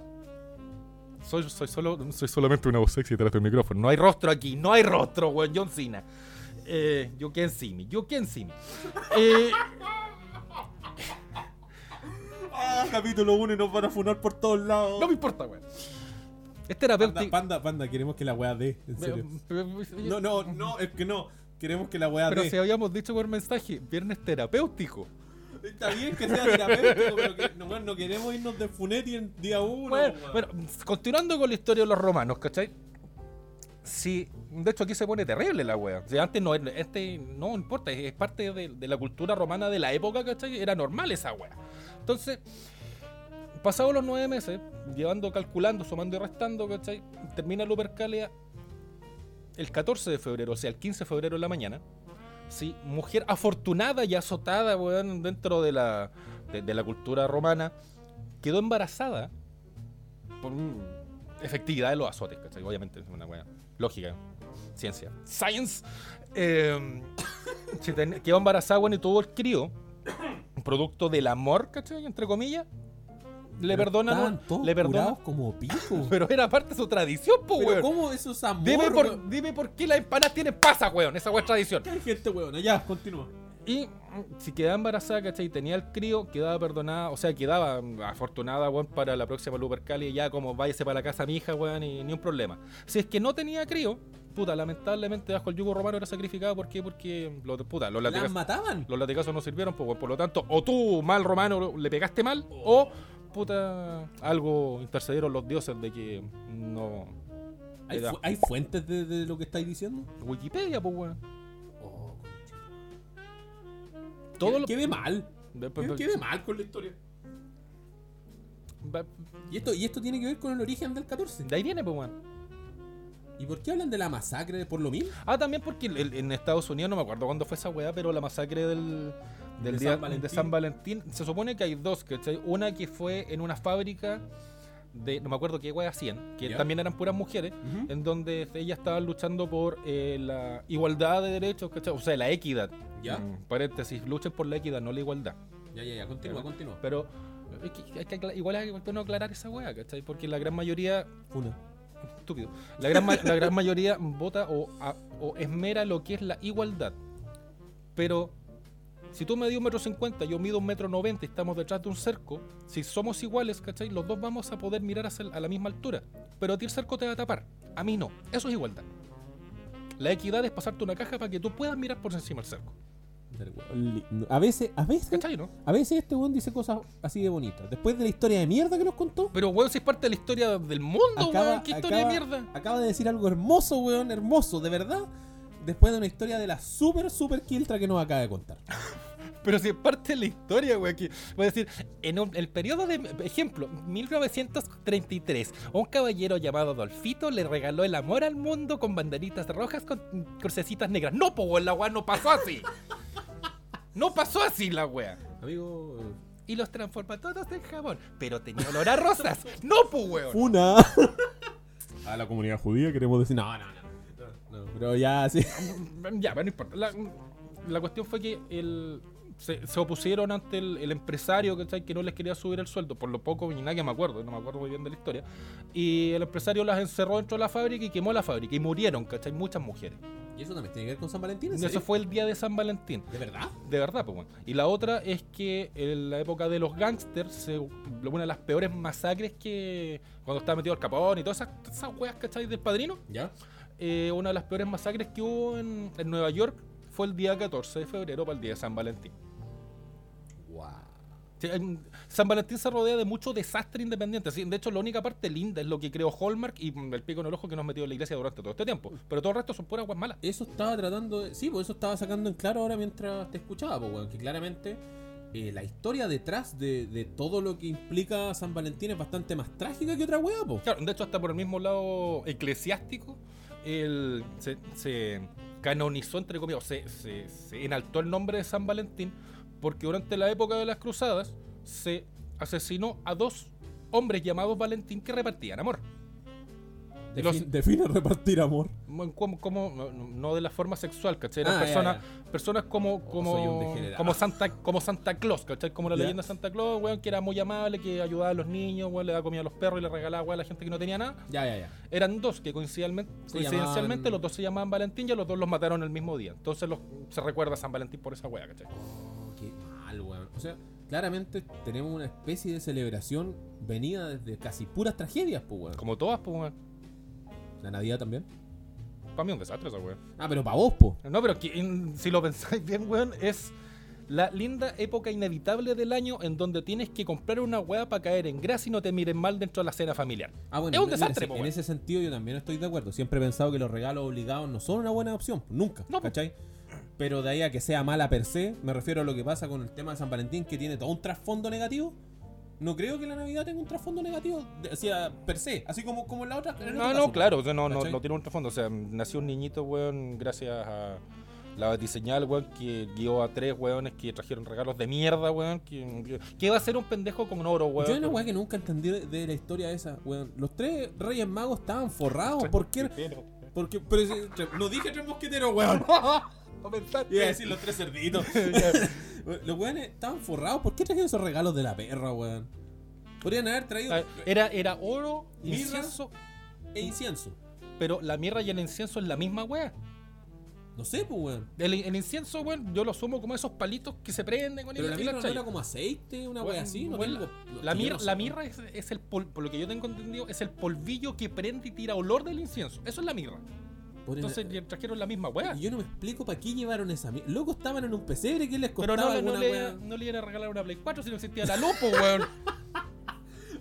Soy, soy, solo, soy solamente una voz sexy detrás del micrófono. No hay rostro aquí, no hay rostro, weón. John Cena. Eh, you can see me, you can see me. Eh,
Ah, capítulo 1 y nos van a funar por todos lados.
no me importa, weón. Es
Panda,
terapéutico.
panda, panda, queremos que la weá dé. En serio. No, no, no, es que no. Queremos que la weá
Pero
dé.
si habíamos dicho por mensaje, viernes terapéutico.
Está bien que sea terapéutico, pero que, no, weón, no queremos irnos de funeti en día 1.
Bueno, bueno, continuando con la historia de los romanos, ¿cachai? Sí, de hecho aquí se pone terrible la wea. O sea, antes no, era- este no importa, es es parte de, de la cultura romana de la época, ¿cachai? Era normal esa wea. Entonces, pasados los nueve meses, llevando, calculando, sumando y restando, ¿cachai? Termina Lupercalia el 14 de febrero, o sea, el 15 de febrero en la mañana. Sí, mujer afortunada y azotada, weón, dentro de la, de- de la cultura romana, quedó embarazada por un- efectividad de los azotes, ¿cachai? Obviamente, es una wea lógica, ciencia, science. Eh, se ten- quedó embarazada, bueno, y tuvo el crío, producto del amor, ¿cachai? Entre comillas. Le perdonan, un- le perdonan,
como pico.
pero era parte de su tradición, po,
Pero
weón.
¿cómo eso es amor?
Dime
weón?
por, dime por qué las empanadas tienen pasa, weón. Esa weón es tradición.
¿Qué hay gente, weón? Ya, continúa.
Y mm, si quedaba embarazada, ¿cachai? Y tenía el crío, quedaba perdonada, o sea, quedaba mm, afortunada, weón, para la próxima Lupercalia, ya como váyase para la casa mi hija, weón, y ni un problema. Si es que no tenía crío, puta, lamentablemente bajo el yugo romano era sacrificado, ¿por qué? Porque, mm, lo, puta, los
¿Las
latigazos,
mataban?
los latigazos no sirvieron, pues, weón. por lo tanto, o tú, mal romano, le pegaste mal, o, puta, algo intercedieron los dioses de que no...
¿Hay,
era-
fu- hay fuentes de, de lo que estáis diciendo?
Wikipedia, pues, weón.
Oh, concha.
Todo
Quedé-
lo...
Quedé mal.
Después-
Quedé, quedé mal con la historia.
va-
Y esto, y esto tiene que ver con el origen del 14.
De ahí viene, pues, weón.
¿Y por qué hablan de la masacre por lo mismo?
Ah, también porque el- el- en Estados Unidos, no me acuerdo cuándo fue esa weá, pero la masacre del, del
De
día
San Valentín.
de San Valentín. Se supone que hay dos, ¿cachai? Una que fue en una fábrica de, no me acuerdo qué weá hacían, que
Ya.
también eran puras mujeres, en donde ellas estaban luchando por eh, la igualdad de derechos, ¿cachai? O sea, la equidad.
Ya.
Mm, paréntesis, luchen por la equidad, no la igualdad.
Ya, ya, ya, continúa, continúa.
Pero es que, es que acla- igual hay que no aclarar esa weá, ¿cachai? Porque la gran mayoría estúpido. La gran, ma- la gran mayoría vota o, a- o esmera lo que es la igualdad. Pero si tú me un metro cincuenta, yo mido un metro noventa y estamos detrás de un cerco, si somos iguales, ¿cachai? Los dos vamos a poder mirar hacia el- a la misma altura. Pero a ti el cerco te va a tapar, a mí no. Eso es igualdad. La equidad es pasarte una caja para que tú puedas mirar por encima del cerco.
A veces, a veces,
¿Cachai, no?
a veces este weón dice cosas así de bonitas. Después de la historia de mierda que nos contó,
Pero, weón, si es parte de la historia del mundo, weón. ¿Qué historia de mierda?
acaba de decir algo hermoso, weón, hermoso, de verdad. Después de una historia de la super, super quiltra que nos acaba de contar.
Pero si es parte de la historia, güey, que voy a decir, en un- el periodo de, ejemplo, 1933, un caballero llamado Adolfito le regaló el amor al mundo con banderitas rojas con mm, crucecitas negras. No, pues la weá no pasó así. No pasó así la weá.
Amigo.
Y los transformó a todos en jabón. Pero tenía olor a rosas. No, pues weón.
Una. A la comunidad judía queremos decir. No, no, no. No, no, pero ya, sí.
Mm, Ya, pero no importa. La, la cuestión fue que el- se, se opusieron ante el, el empresario ¿cachai? que no les quería subir el sueldo, por lo poco ni nada que me acuerdo, no me acuerdo muy bien de la historia. Y el empresario las encerró dentro de la fábrica y quemó la fábrica y murieron, ¿cachai? Muchas mujeres.
Y eso también tiene que ver con San Valentín, ¿en
Y eso
serio?
fue el día de San Valentín.
¿De verdad?
De verdad, pues bueno. Y la otra es que en la época de los gangsters, se- una de las peores masacres que cuando estaba metido el capón y todas esas, todas esas weas, ¿cachai? Del padrino
¿Ya?
eh, una de las peores masacres que hubo en, en Nueva York fue el día 14 de febrero para el día de San Valentín. Sí, en- San Valentín se rodea de mucho desastre independiente. sí, De hecho, la única parte linda es lo que creó Hallmark y mm, el pico en el ojo que nos metió en la iglesia durante todo este tiempo. Pero todo el resto son puras aguas malas.
Eso estaba tratando de. Sí, pues eso estaba sacando en claro ahora mientras te escuchaba, pues, weón. Que claramente eh, la historia detrás de, de todo lo que implica San Valentín es bastante más trágica que otra weá, pues.
Claro, de hecho, hasta por el mismo lado eclesiástico, el- se, se canonizó, entre comillas, o se, se- se enaltó el nombre de San Valentín, porque durante la época de las cruzadas se asesinó a dos hombres llamados Valentín que repartían amor.
Defin-
Los-
Define repartir amor.
Bueno, Como, como- no, no de la forma sexual, ¿cachai? Eran
Ah, ya, Oh,
personas, personas como, como,
soy un degenerado.
como, Santa, como Santa Claus, ¿cachai? Como la
Ya.
leyenda de Santa Claus, weón, que era muy amable, que ayudaba a los niños, weón, le daba comida a los perros y le regalaba weón, a la gente que no tenía nada.
Ya, ya, ya.
Eran dos que coincidencialmente,
Se
coincidencialmente
llamaban-
los dos se llamaban Valentín y a los dos los mataron el mismo día. Entonces los, se recuerda a San Valentín por esa wea, ¿cachai?
Oh, qué mal, weón. O sea, claramente tenemos una especie de celebración venida desde casi puras tragedias, pues, weón.
Como todas, pues, weón.
La Navidad también.
Para mí es un desastre esa wea.
Ah, pero para vos, pues.
No, pero que, en- si lo pensáis bien, weón, es la linda época inevitable del año en donde tienes que comprar una wea para caer en gracia y no te miren mal dentro de la cena familiar.
Ah, bueno,
es un
mira,
desastre,
sí,
po,
En
weón.
ese sentido yo también estoy de acuerdo. Siempre he pensado que los regalos obligados no son una buena opción. Nunca,
No, po.
¿cachai? Pero de ahí a que sea mala per se, me refiero a lo que pasa con el tema de San Valentín, que tiene todo un trasfondo negativo. No creo que la Navidad tenga un trasfondo negativo, de- o sea, per se, así como, como en la otra. en el
No,
otro
no,
caso.
claro, o sea, no, no,
¿Cachai?
no tiene un trasfondo. O sea, nació un niñito, weón, gracias a la batiseñal, weón, que guió a tres weones que trajeron regalos de mierda, weón. Que, que- ¿Qué va a ser un pendejo con oro, weón?
Yo hay una weá que nunca entendí de- de la historia esa, weón. Los tres reyes magos estaban forrados.
Tres
¿Por qué?
mosqueteros.
Porque, pero, si- tre- no dije tres mosqueteros, weón.
No pensaste.
Iba a decir los tres cerditos. los weones estaban forrados. ¿Por qué trajeron esos regalos de la perra, weón? Podrían haber traído
Ah, Era, era oro,
Mirra.
incienso,
e incienso.
pero la mirra y el incienso es la misma wea.
No sé, pues, weón.
El, el incienso, weón, yo lo asumo como esos palitos que se prenden con
Pero la
el- y
mirra no
chaya.
era como aceite, una
Weón,
wea así, no
weón,
tengo- no-
La,
que yo
mir-
no sé,
la
weón.
mirra es, es el pol- por lo que yo tengo entendido, es el polvillo que prende y tira olor del incienso. Eso es la mirra.
Ponen-
Entonces
y
le trajeron la misma weá.
yo no me explico para qué llevaron esa mierda. Loco, estaban en un pesebre, ¿qué les costaba
Pero no, le- no
alguna
le,
wea?
no le iban a regalar una Play 4 si no existía la lupo, weón.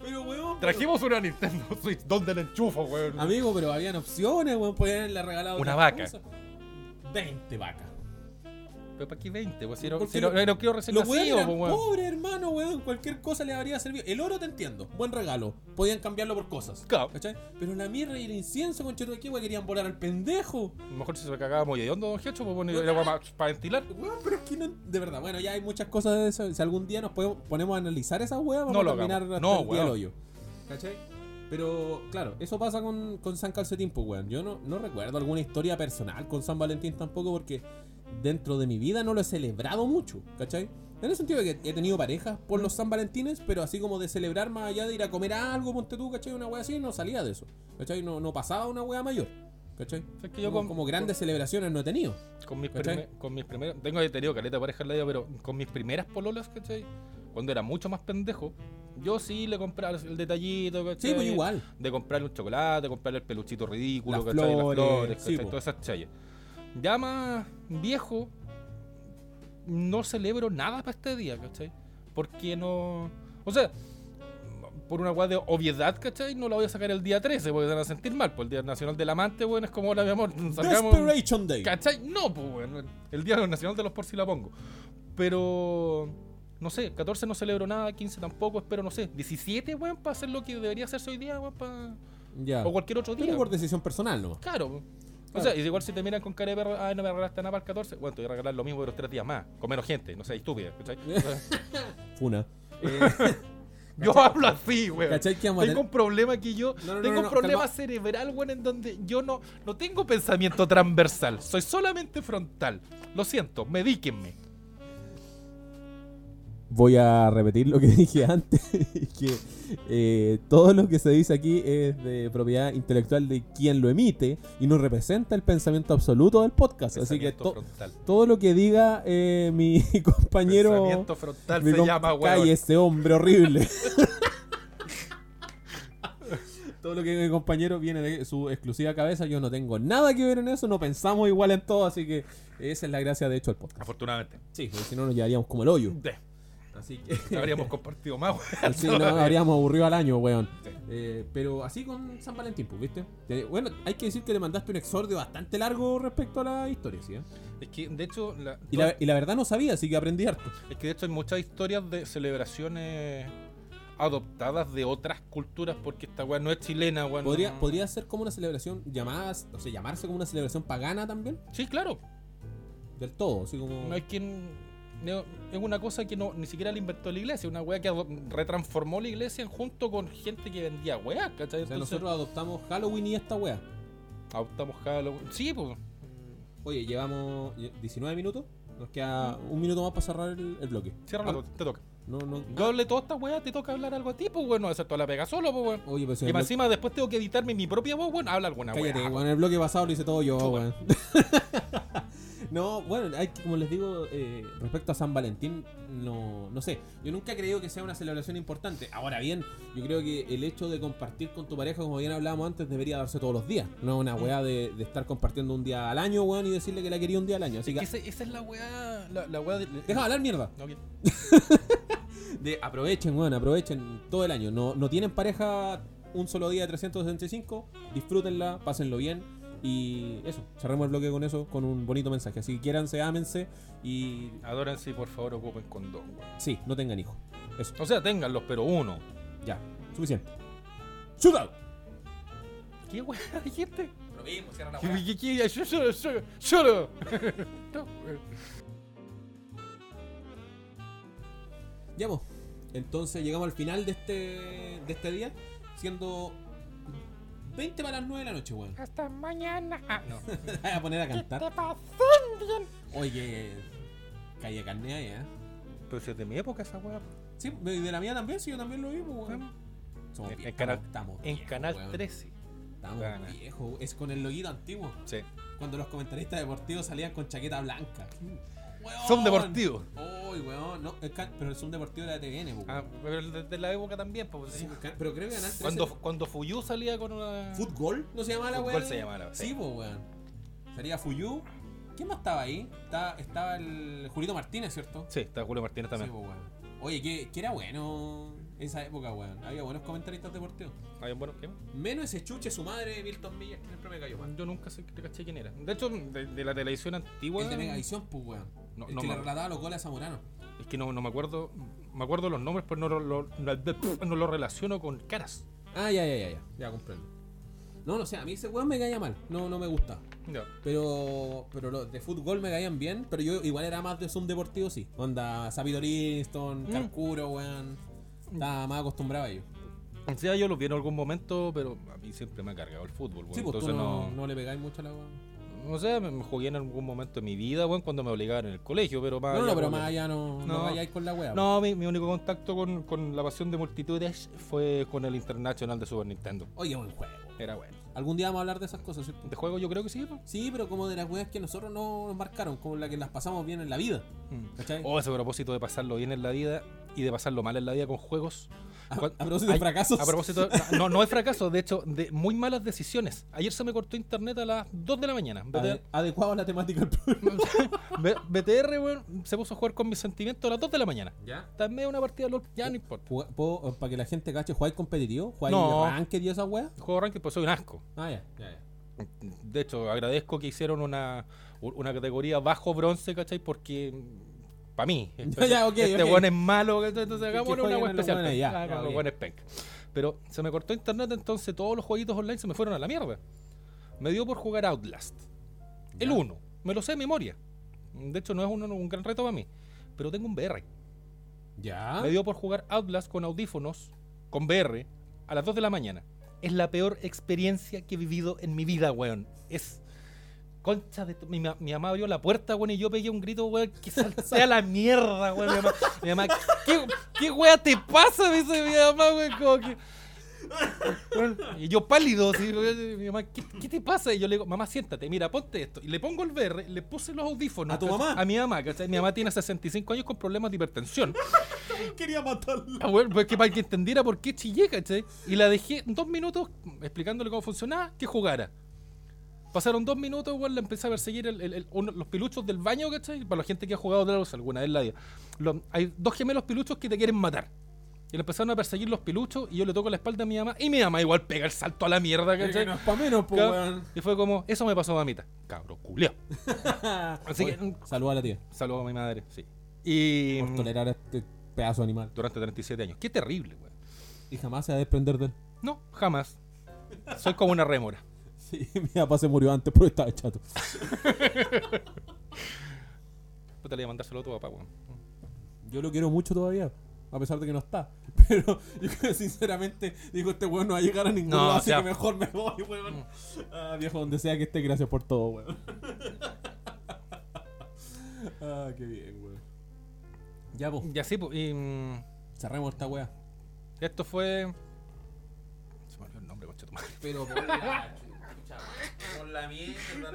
Pero, weón,
Trajimos una Nintendo Switch. ¿Dónde la enchufo, weón?
Amigo, pero habían opciones, weón. Podían haberle regalado
Una
otra
vaca.
cosa. 20 vacas.
Pero para qué 20, weón. Si no,
Porque
si no,
lo-
no quiero recién
Los
nacido,
weones eran
po, weón.
pobres, hermano, weón. Cualquier cosa les habría servido. El oro te entiendo. Buen regalo. Podían cambiarlo por cosas.
Claro.
¿Cachai? Pero la mirra y el incienso, con ¿qué weón? Querían volar al pendejo.
A lo mejor si se lo cagaba muy hediondo, don Gecho, pues bueno, era para, ventilar.
Weón, pero es que no. De verdad, bueno, ya hay muchas cosas de eso. Si algún día nos podemos- ponemos a analizar esas weas, vamos
No lo
a terminar
hagamos.
hasta
No,
el día del
weón.
hoyo. ¿Cachai? Pero, claro, eso pasa con, con San Calcetín, pues, weón. Yo no, no recuerdo alguna historia personal con San Valentín tampoco, porque dentro de mi vida no lo he celebrado mucho, ¿cachai? En el sentido de que he tenido parejas
Mm.
por los San Valentines, pero así como de celebrar más allá de ir a comer algo, ponte tú, ¿cachai? Una wea así, no salía de eso, ¿cachai? No, no pasaba una wea mayor, ¿cachai?
Es que yo
como,
con-
como grandes celebraciones no he tenido.
Con mis,
¿Cachai?
prime- con mis primeras. Tengo he tenido caleta de pareja en la vida, pero con mis primeras pololas, ¿cachai? Cuando era mucho más pendejo, yo sí le compraba el detallito, ¿cachai?
Sí, pues igual.
De comprarle un chocolate, de comprarle el peluchito ridículo,
Las
¿cachai?
flores,
Las flores,
sí,
¿cachai?
po.
Todas esas chayas. Ya más viejo, no celebro nada para este día, ¿cachai? Porque no. O sea. Por una weá de obviedad, ¿cachai? No la voy a sacar el día 13 porque se van a sentir mal. Por el Día Nacional del Amante, weón, es como, hola, mi amor, salgamos.
Desperation Day.
¿Cachai? No, pues, weón. El Día Nacional de los Por si la pongo. Pero. No sé, 14 no celebro nada, 15 tampoco, espero, no sé. 17, weón, para hacer lo que debería hacerse hoy día, weón, pa-
Ya.
O cualquier otro día.
Pero por decisión personal, ¿no?
Claro. weón. O sea, es igual si te miran con cara de perro, ay, no me regalaste nada para el 14. Bueno, te voy a regalar lo mismo, pero tres días más, con menos gente, no sé, estúpida, ¿cachai? O sea,
Funa.
yo hablo así, weón.
¿Cachai que vamos a
Tengo un problema que yo.
No, no, no,
tengo
no,
un
no,
problema
calma.
cerebral, weón, en donde yo no, no tengo pensamiento transversal. Soy solamente frontal. Lo siento, medíquenme.
Voy a repetir lo que dije antes, que eh, todo lo que se dice aquí es de propiedad intelectual de quien lo emite y no representa el pensamiento absoluto del podcast. Así que
Pensamiento
to-
frontal.
todo lo que diga eh, mi compañero...
Pensamiento frontal
mi
se
comp-
llama, weón.
Calle ese hombre horrible. todo lo que mi compañero viene de su exclusiva cabeza, yo no tengo nada que ver en eso, no pensamos igual en todo, así que esa es la gracia de hecho del podcast.
Afortunadamente.
Sí, porque si no nos llevaríamos como el hoyo.
De-
Así que.
habríamos compartido más, weón.
Pues Sí, no, habríamos aburrido al año, weón. Eh, pero así con San Valentín, pues, ¿viste? Te- Bueno, hay que decir que le mandaste un exordio bastante largo respecto a la historia, ¿sí? eh?
Es que, de hecho, la-
Y la, y la verdad no sabía, así que aprendí harto.
es que de hecho hay muchas historias de celebraciones adoptadas de otras culturas porque esta weá no es chilena, weón.
Podría,
no-
podría ser como una celebración llamada, o sea, llamarse como una celebración pagana también,
Sí, claro.
del todo, así como.
No es quien. no- es una cosa que no, ni siquiera la inventó la iglesia, una weá que adop- retransformó la iglesia junto con gente que vendía weá, ¿cachai?
O sea,
Entonces,
nosotros adoptamos Halloween y esta wea.
adoptamos Halloween. Sí, pues.
Oye, llevamos 19 minutos. Nos queda un minuto más para cerrar el, el bloque.
Ciérralo,
Ah.
te toca.
No, no.
Yo hablé toda esta weá, te toca hablar algo a ti, pues, weón. No, hacer toda la pega solo, pues, weón.
Oye, pero si
Y
el
más
bloque-
encima después tengo que editarme mi propia voz, bueno, habla alguna
Cállate,
weá.
weón, en el bloque pasado lo hice todo yo, weón. no, bueno, hay que- como les digo, eh, respecto a San Valentín, no, no sé. Yo nunca he creído que sea una celebración importante. Ahora bien, yo creo que el hecho de compartir con tu pareja, como bien hablábamos antes, debería darse todos los días. No
Mm.
una weá de, de estar compartiendo un día al año, weón, y decirle que la quería un día al año. Así que.
Ese- Esa es la weá. La, la weá de.
Deja de hablar mierda.
No, bien.
De aprovechen, weón, aprovechen todo el año. No, no tienen pareja un solo día de 365, disfrútenla, pásenlo bien. Y eso, cerremos el bloque con eso, con un bonito mensaje. Así que quiéranse, ámense y
Adórense y por favor ocupen condón, weón.
sí, no tengan hijos. Eso,
O sea, ténganlos, pero uno.
ya, suficiente. ¡Chutado!
¿Qué weá dijiste?
Lo mismo, cierran la
¿Qué- qué- qué- yo- yo- yo- yo- No, weón.
Ya, po. Entonces llegamos al final de este, de este día, siendo 20 para las 9 de la noche, weón.
Hasta mañana. Ah, no.
Te voy a poner a
Te
cantar.
pasó bien.
Oye, calle carne ahí, ¿eh?
Pero si es de mi época esa weá.
Sí, de la mía también, sí, yo también lo vi, po, weón. Somos
En- en
viejos,
Canal-
estamos
En
viejos,
Canal
weón.
13.
Estamos
Gana.
viejos, es con el loguito antiguo.
Sí.
cuando los comentaristas deportivos salían con chaqueta blanca. ¡Weón!
Son deportivos.
¡Uy, weón! No, es can- pero el Zoom deportivo era de TVN, po,
Ah,
pues, weón.
pero desde la época también, pues.
Sí, pues, can- Pero creo que ganaste.
Cuando, cuando Fuyu salía con una.
¿Fútbol? ¿No se llamaba la
Fútbol
weón?
se llamaba la-
Sí,
sí.
po, weón. Sería Fuyu. ¿Quién más estaba ahí? Estaba, estaba el Julito Martínez, ¿cierto?
Sí, está Julio
Sí,
Martínez también.
po, weón. Oye, que, que era bueno esa época, weón. Había buenos comentaristas deportivos.
Había un bueno, ¿qué más?
Menos ese chuche, su madre, Milton Villa, que siempre me cayó mal.
Yo nunca sé, te caché quién era. De hecho, de, de la televisión antigua.
El de Megavisión, pues, weón.
No,
el
no
que le
me-
relataba los goles a Zamorano.
Es que no, no me acuerdo. Me acuerdo los nombres, pero no lo, lo- no- no lo relaciono con caras.
Ah, ya, ya, ya, ya. Ya comprendo. No, no sé, a mí ese weón me caía mal. No, no me gusta.
Ya.
Pero, pero los de fútbol me caían bien, pero yo igual era más de Zoom deportivo, sí. Onda, Sabidoriston,
Mm.
Carcuro, weón. Estaba más acostumbrado a ellos.
Pues O sea, yo los vi en algún momento, pero a mí siempre me ha cargado el fútbol.
Sí,
bueno,
pues
entonces
tú no,
no,
no le pegáis mucho a la weón.
No sé, me me jugué en algún momento de mi vida, bueno, cuando me obligaron en el colegio, pero más.
No, no,
allá
pero
como-
más allá no, no.
pues, No.
vayáis con la weá.
No, mi, mi único contacto con, con la pasión de multitudes fue con el Internacional de Super Nintendo.
Oye, buen juego.
Era bueno.
Algún día vamos a hablar de esas cosas, ¿cierto?
De juego yo creo que sí, po.
Sí, pero como de las weas que nosotros no nos marcaron, como la que las pasamos bien en la vida.
Mm.
¿Cachai?
O ese propósito de pasarlo bien en la vida y de pasarlo mal en la vida con juegos.
A-
Cuan-
a propósito de fracasos.
A propósito, no, no es fracaso, de hecho, de muy malas decisiones. Ayer se me cortó internet a las 2 de la mañana.
Ade-
BTR,
adecuado a la temática del programa.
B- BTR, weón, se puso a jugar con mis sentimientos a las 2 de la mañana.
¿Ya?
También una partida de LOL, ya no importa.
eh, Para que la gente cache, ¿jugáis competitivo? ¿Jugáis
No.
ranked y esa wea?
Juego ranking, pues soy un asco.
Ah, ya, ya, ya.
De hecho, agradezco que hicieron una, u- una categoría bajo bronce, ¿cachai? Porque para mí,
Ya, ya, ok,
este
ok.
weón es malo, ¿cachai? entonces hagámosle una
jueguen
weón
a los
especial.
weones, ya,
Ah,
ya,
los
ok.
weones penca. Pero se me cortó internet, entonces todos los jueguitos online se me fueron a la mierda. Me dio por jugar Outlast. El 1. Me lo sé de memoria. De hecho, no es un, un gran reto para mí. Pero tengo un VR.
Ya.
Me dio por jugar Outlast con audífonos, con VR, a las 2 de la mañana. Es la peor experiencia que he vivido en mi vida, weón. Es concha de... tu- Mi, ma- mi mamá abrió la puerta, weón, y yo pegué un grito, weón, que salté a la mierda, weón. Mi mamá, mi mamá, ¿qué, qué weá te pasa? Me dice mi mamá, weón, como que... Weón, y yo pálido, así, weón, mi mamá, ¿qué, qué te pasa? Y yo le digo, mamá, siéntate, mira, ponte esto. Y le pongo el VR, le puse los audífonos.
¿A tu
¿cachai?
mamá?
A mi mamá, ¿cachai? Mi mamá tiene 65 años con problemas de hipertensión.
Quería matarla.
Ah, bueno, pues que para que entendiera por qué chillé, ¿cachai? Y la dejé dos minutos explicándole cómo funcionaba, que jugara. Pasaron dos minutos, weón, la empecé a perseguir el- el- el- uno- los piluchos del baño, ¿cachai? Para la gente que ha jugado Dragos alguna vez en la vida. Lo- hay dos gemelos piluchos que te quieren matar. Y le empezaron a perseguir los piluchos y yo le toco la espalda a mi mamá. Y mi mamá igual pega el salto a la mierda,
Que
¿cachai?
no es pa' menos, po,
Ca-
weón.
Y fue como, eso me pasó mamita. Cabro, culio. Así que, mm,
Saluda a la tía.
saludo a mi madre, sí. Y
Por
mm,
tolerar a este pedazo de animal.
durante 37 años. Qué terrible, weón.
Y jamás se va a desprender de él.
No, jamás. Soy como una rémora.
Sí, mi papá se murió antes porque estaba chato.
Puta, le voy a mandárselo a tu papá, weón.
Yo lo quiero mucho todavía. A pesar de que no está. Pero yo sinceramente digo, este weón no va a llegar a ningún
No,
lado,
o
así
sea- mm.
que mejor me voy, weón. Ah, viejo, donde sea que esté, gracias por todo, weón. ah, qué bien, weón. Ya, po,
Y así, pues, y, mm,
cerremos esta weá.
esto fue. Se me olvidó el nombre, concha tu madre.
Pero por la, mierda,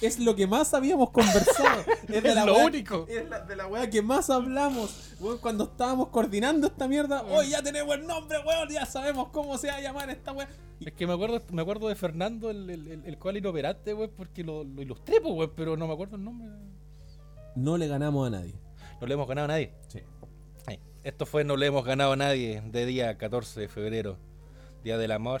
es lo que más habíamos conversado. Es, de
Es
la
lo
wea-
único.
Es la- de la weá que más hablamos. weón, cuando estábamos coordinando esta
Mm.
mierda. Hoy ya tenemos el nombre, weón. Ya sabemos cómo se va a llamar esta weá. Y-
Es que me acuerdo, me acuerdo de Fernando, el, el, el, el cual inoperante, weón, porque lo, lo ilustré, pues, weón, pero no me acuerdo el nombre.
No le ganamos a nadie.
No le hemos ganado a nadie.
Sí.
Ay, Esto fue No le hemos ganado a nadie, de día 14 de febrero, día del amor.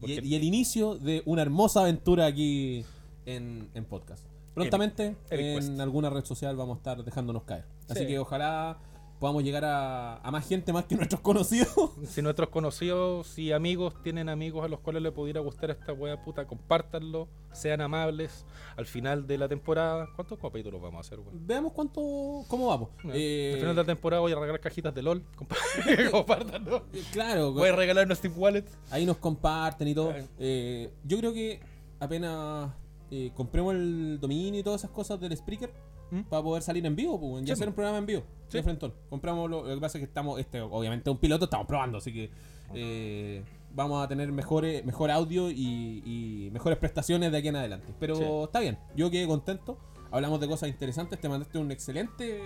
Y,
Porque-
y el inicio de una hermosa aventura aquí en, en podcast. Prontamente
Epic
en
Quest.
alguna red social vamos a estar dejándonos caer. Así
Sí.
que ojalá podamos llegar a, a más gente más que nuestros conocidos.
Si nuestros conocidos y amigos tienen amigos a los cuales le pudiera gustar esta wea puta, compártanlo, sean amables. Al final de la temporada, ¿cuántos capítulos vamos a hacer, weón?
Veamos cuánto cómo vamos. Eh,
Al final de la temporada voy a regalar cajitas de LOL. compa- Compártanlo.
eh, claro,
Voy a regalar una Steam Wallet.
ahí nos comparten y todo.
Claro.
Eh, yo creo que apenas eh, compremos el dominio y todas esas cosas del Spreaker
¿Mm?
para poder salir en vivo, pues, y
Sí,
hacer
po.
un programa en vivo.
Sí.
De frente. Compramos lo, lo que pasa es que estamos, este, obviamente un piloto estamos probando, así que eh, vamos a tener mejores, mejor audio y, y mejores prestaciones de aquí en adelante. Pero
Sí.
está bien, yo quedé contento. Hablamos de cosas interesantes. Te mandaste un excelente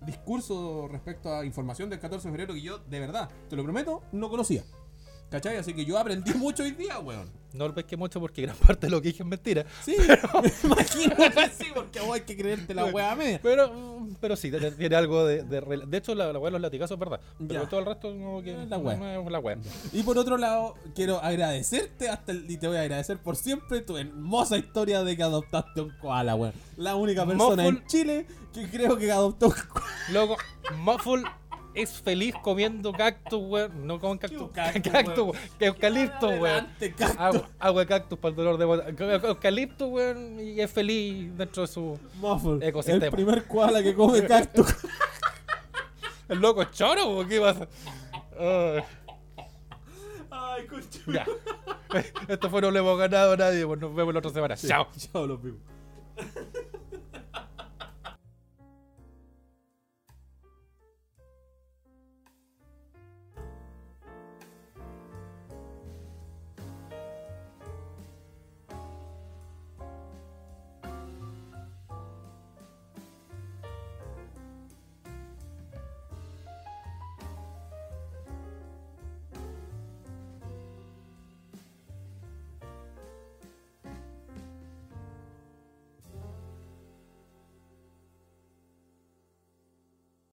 discurso respecto a información del 14 de febrero que yo, de verdad, te lo prometo, no conocía. ¿Cachai? Así que yo aprendí mucho hoy día, weón.
No lo pesqué mucho porque gran parte de lo que dije es mentira.
Sí, me imagino que sí, porque vos hay que creerte la weá media.
Pero, mm, pero sí, tiene- tiene algo de. De, rela- de hecho, la, la weá de los latigazos es verdad. Pero
Ya.
todo el resto como que.
Es la weá.
no es la weá.
Y por otro lado, quiero agradecerte hasta el- y te voy a agradecer por siempre tu hermosa historia de que adoptaste un koala, weón. La única persona
Muffle.
en Chile que creo que adoptó un koala.
Loco, Muffle es feliz comiendo cactus, weón. No comen cactus.
¿Qué cactus,
Cactus, weón. Eucalipto, weón.
Adelante, ca-
Agua, agua de cactus para el dolor de bota. Eu- Eucalipto, weón. Y es feliz dentro de su.
Muffle.
Ecosistema.
El primer koala que come cactus.
El loco es choro, weón. ¿Qué pasa? Ay,
Ay, concha.
ya. Esto fue No le hemos ganado a nadie, pues nos vemos la otra semana. Chao.
Chao, los vimos.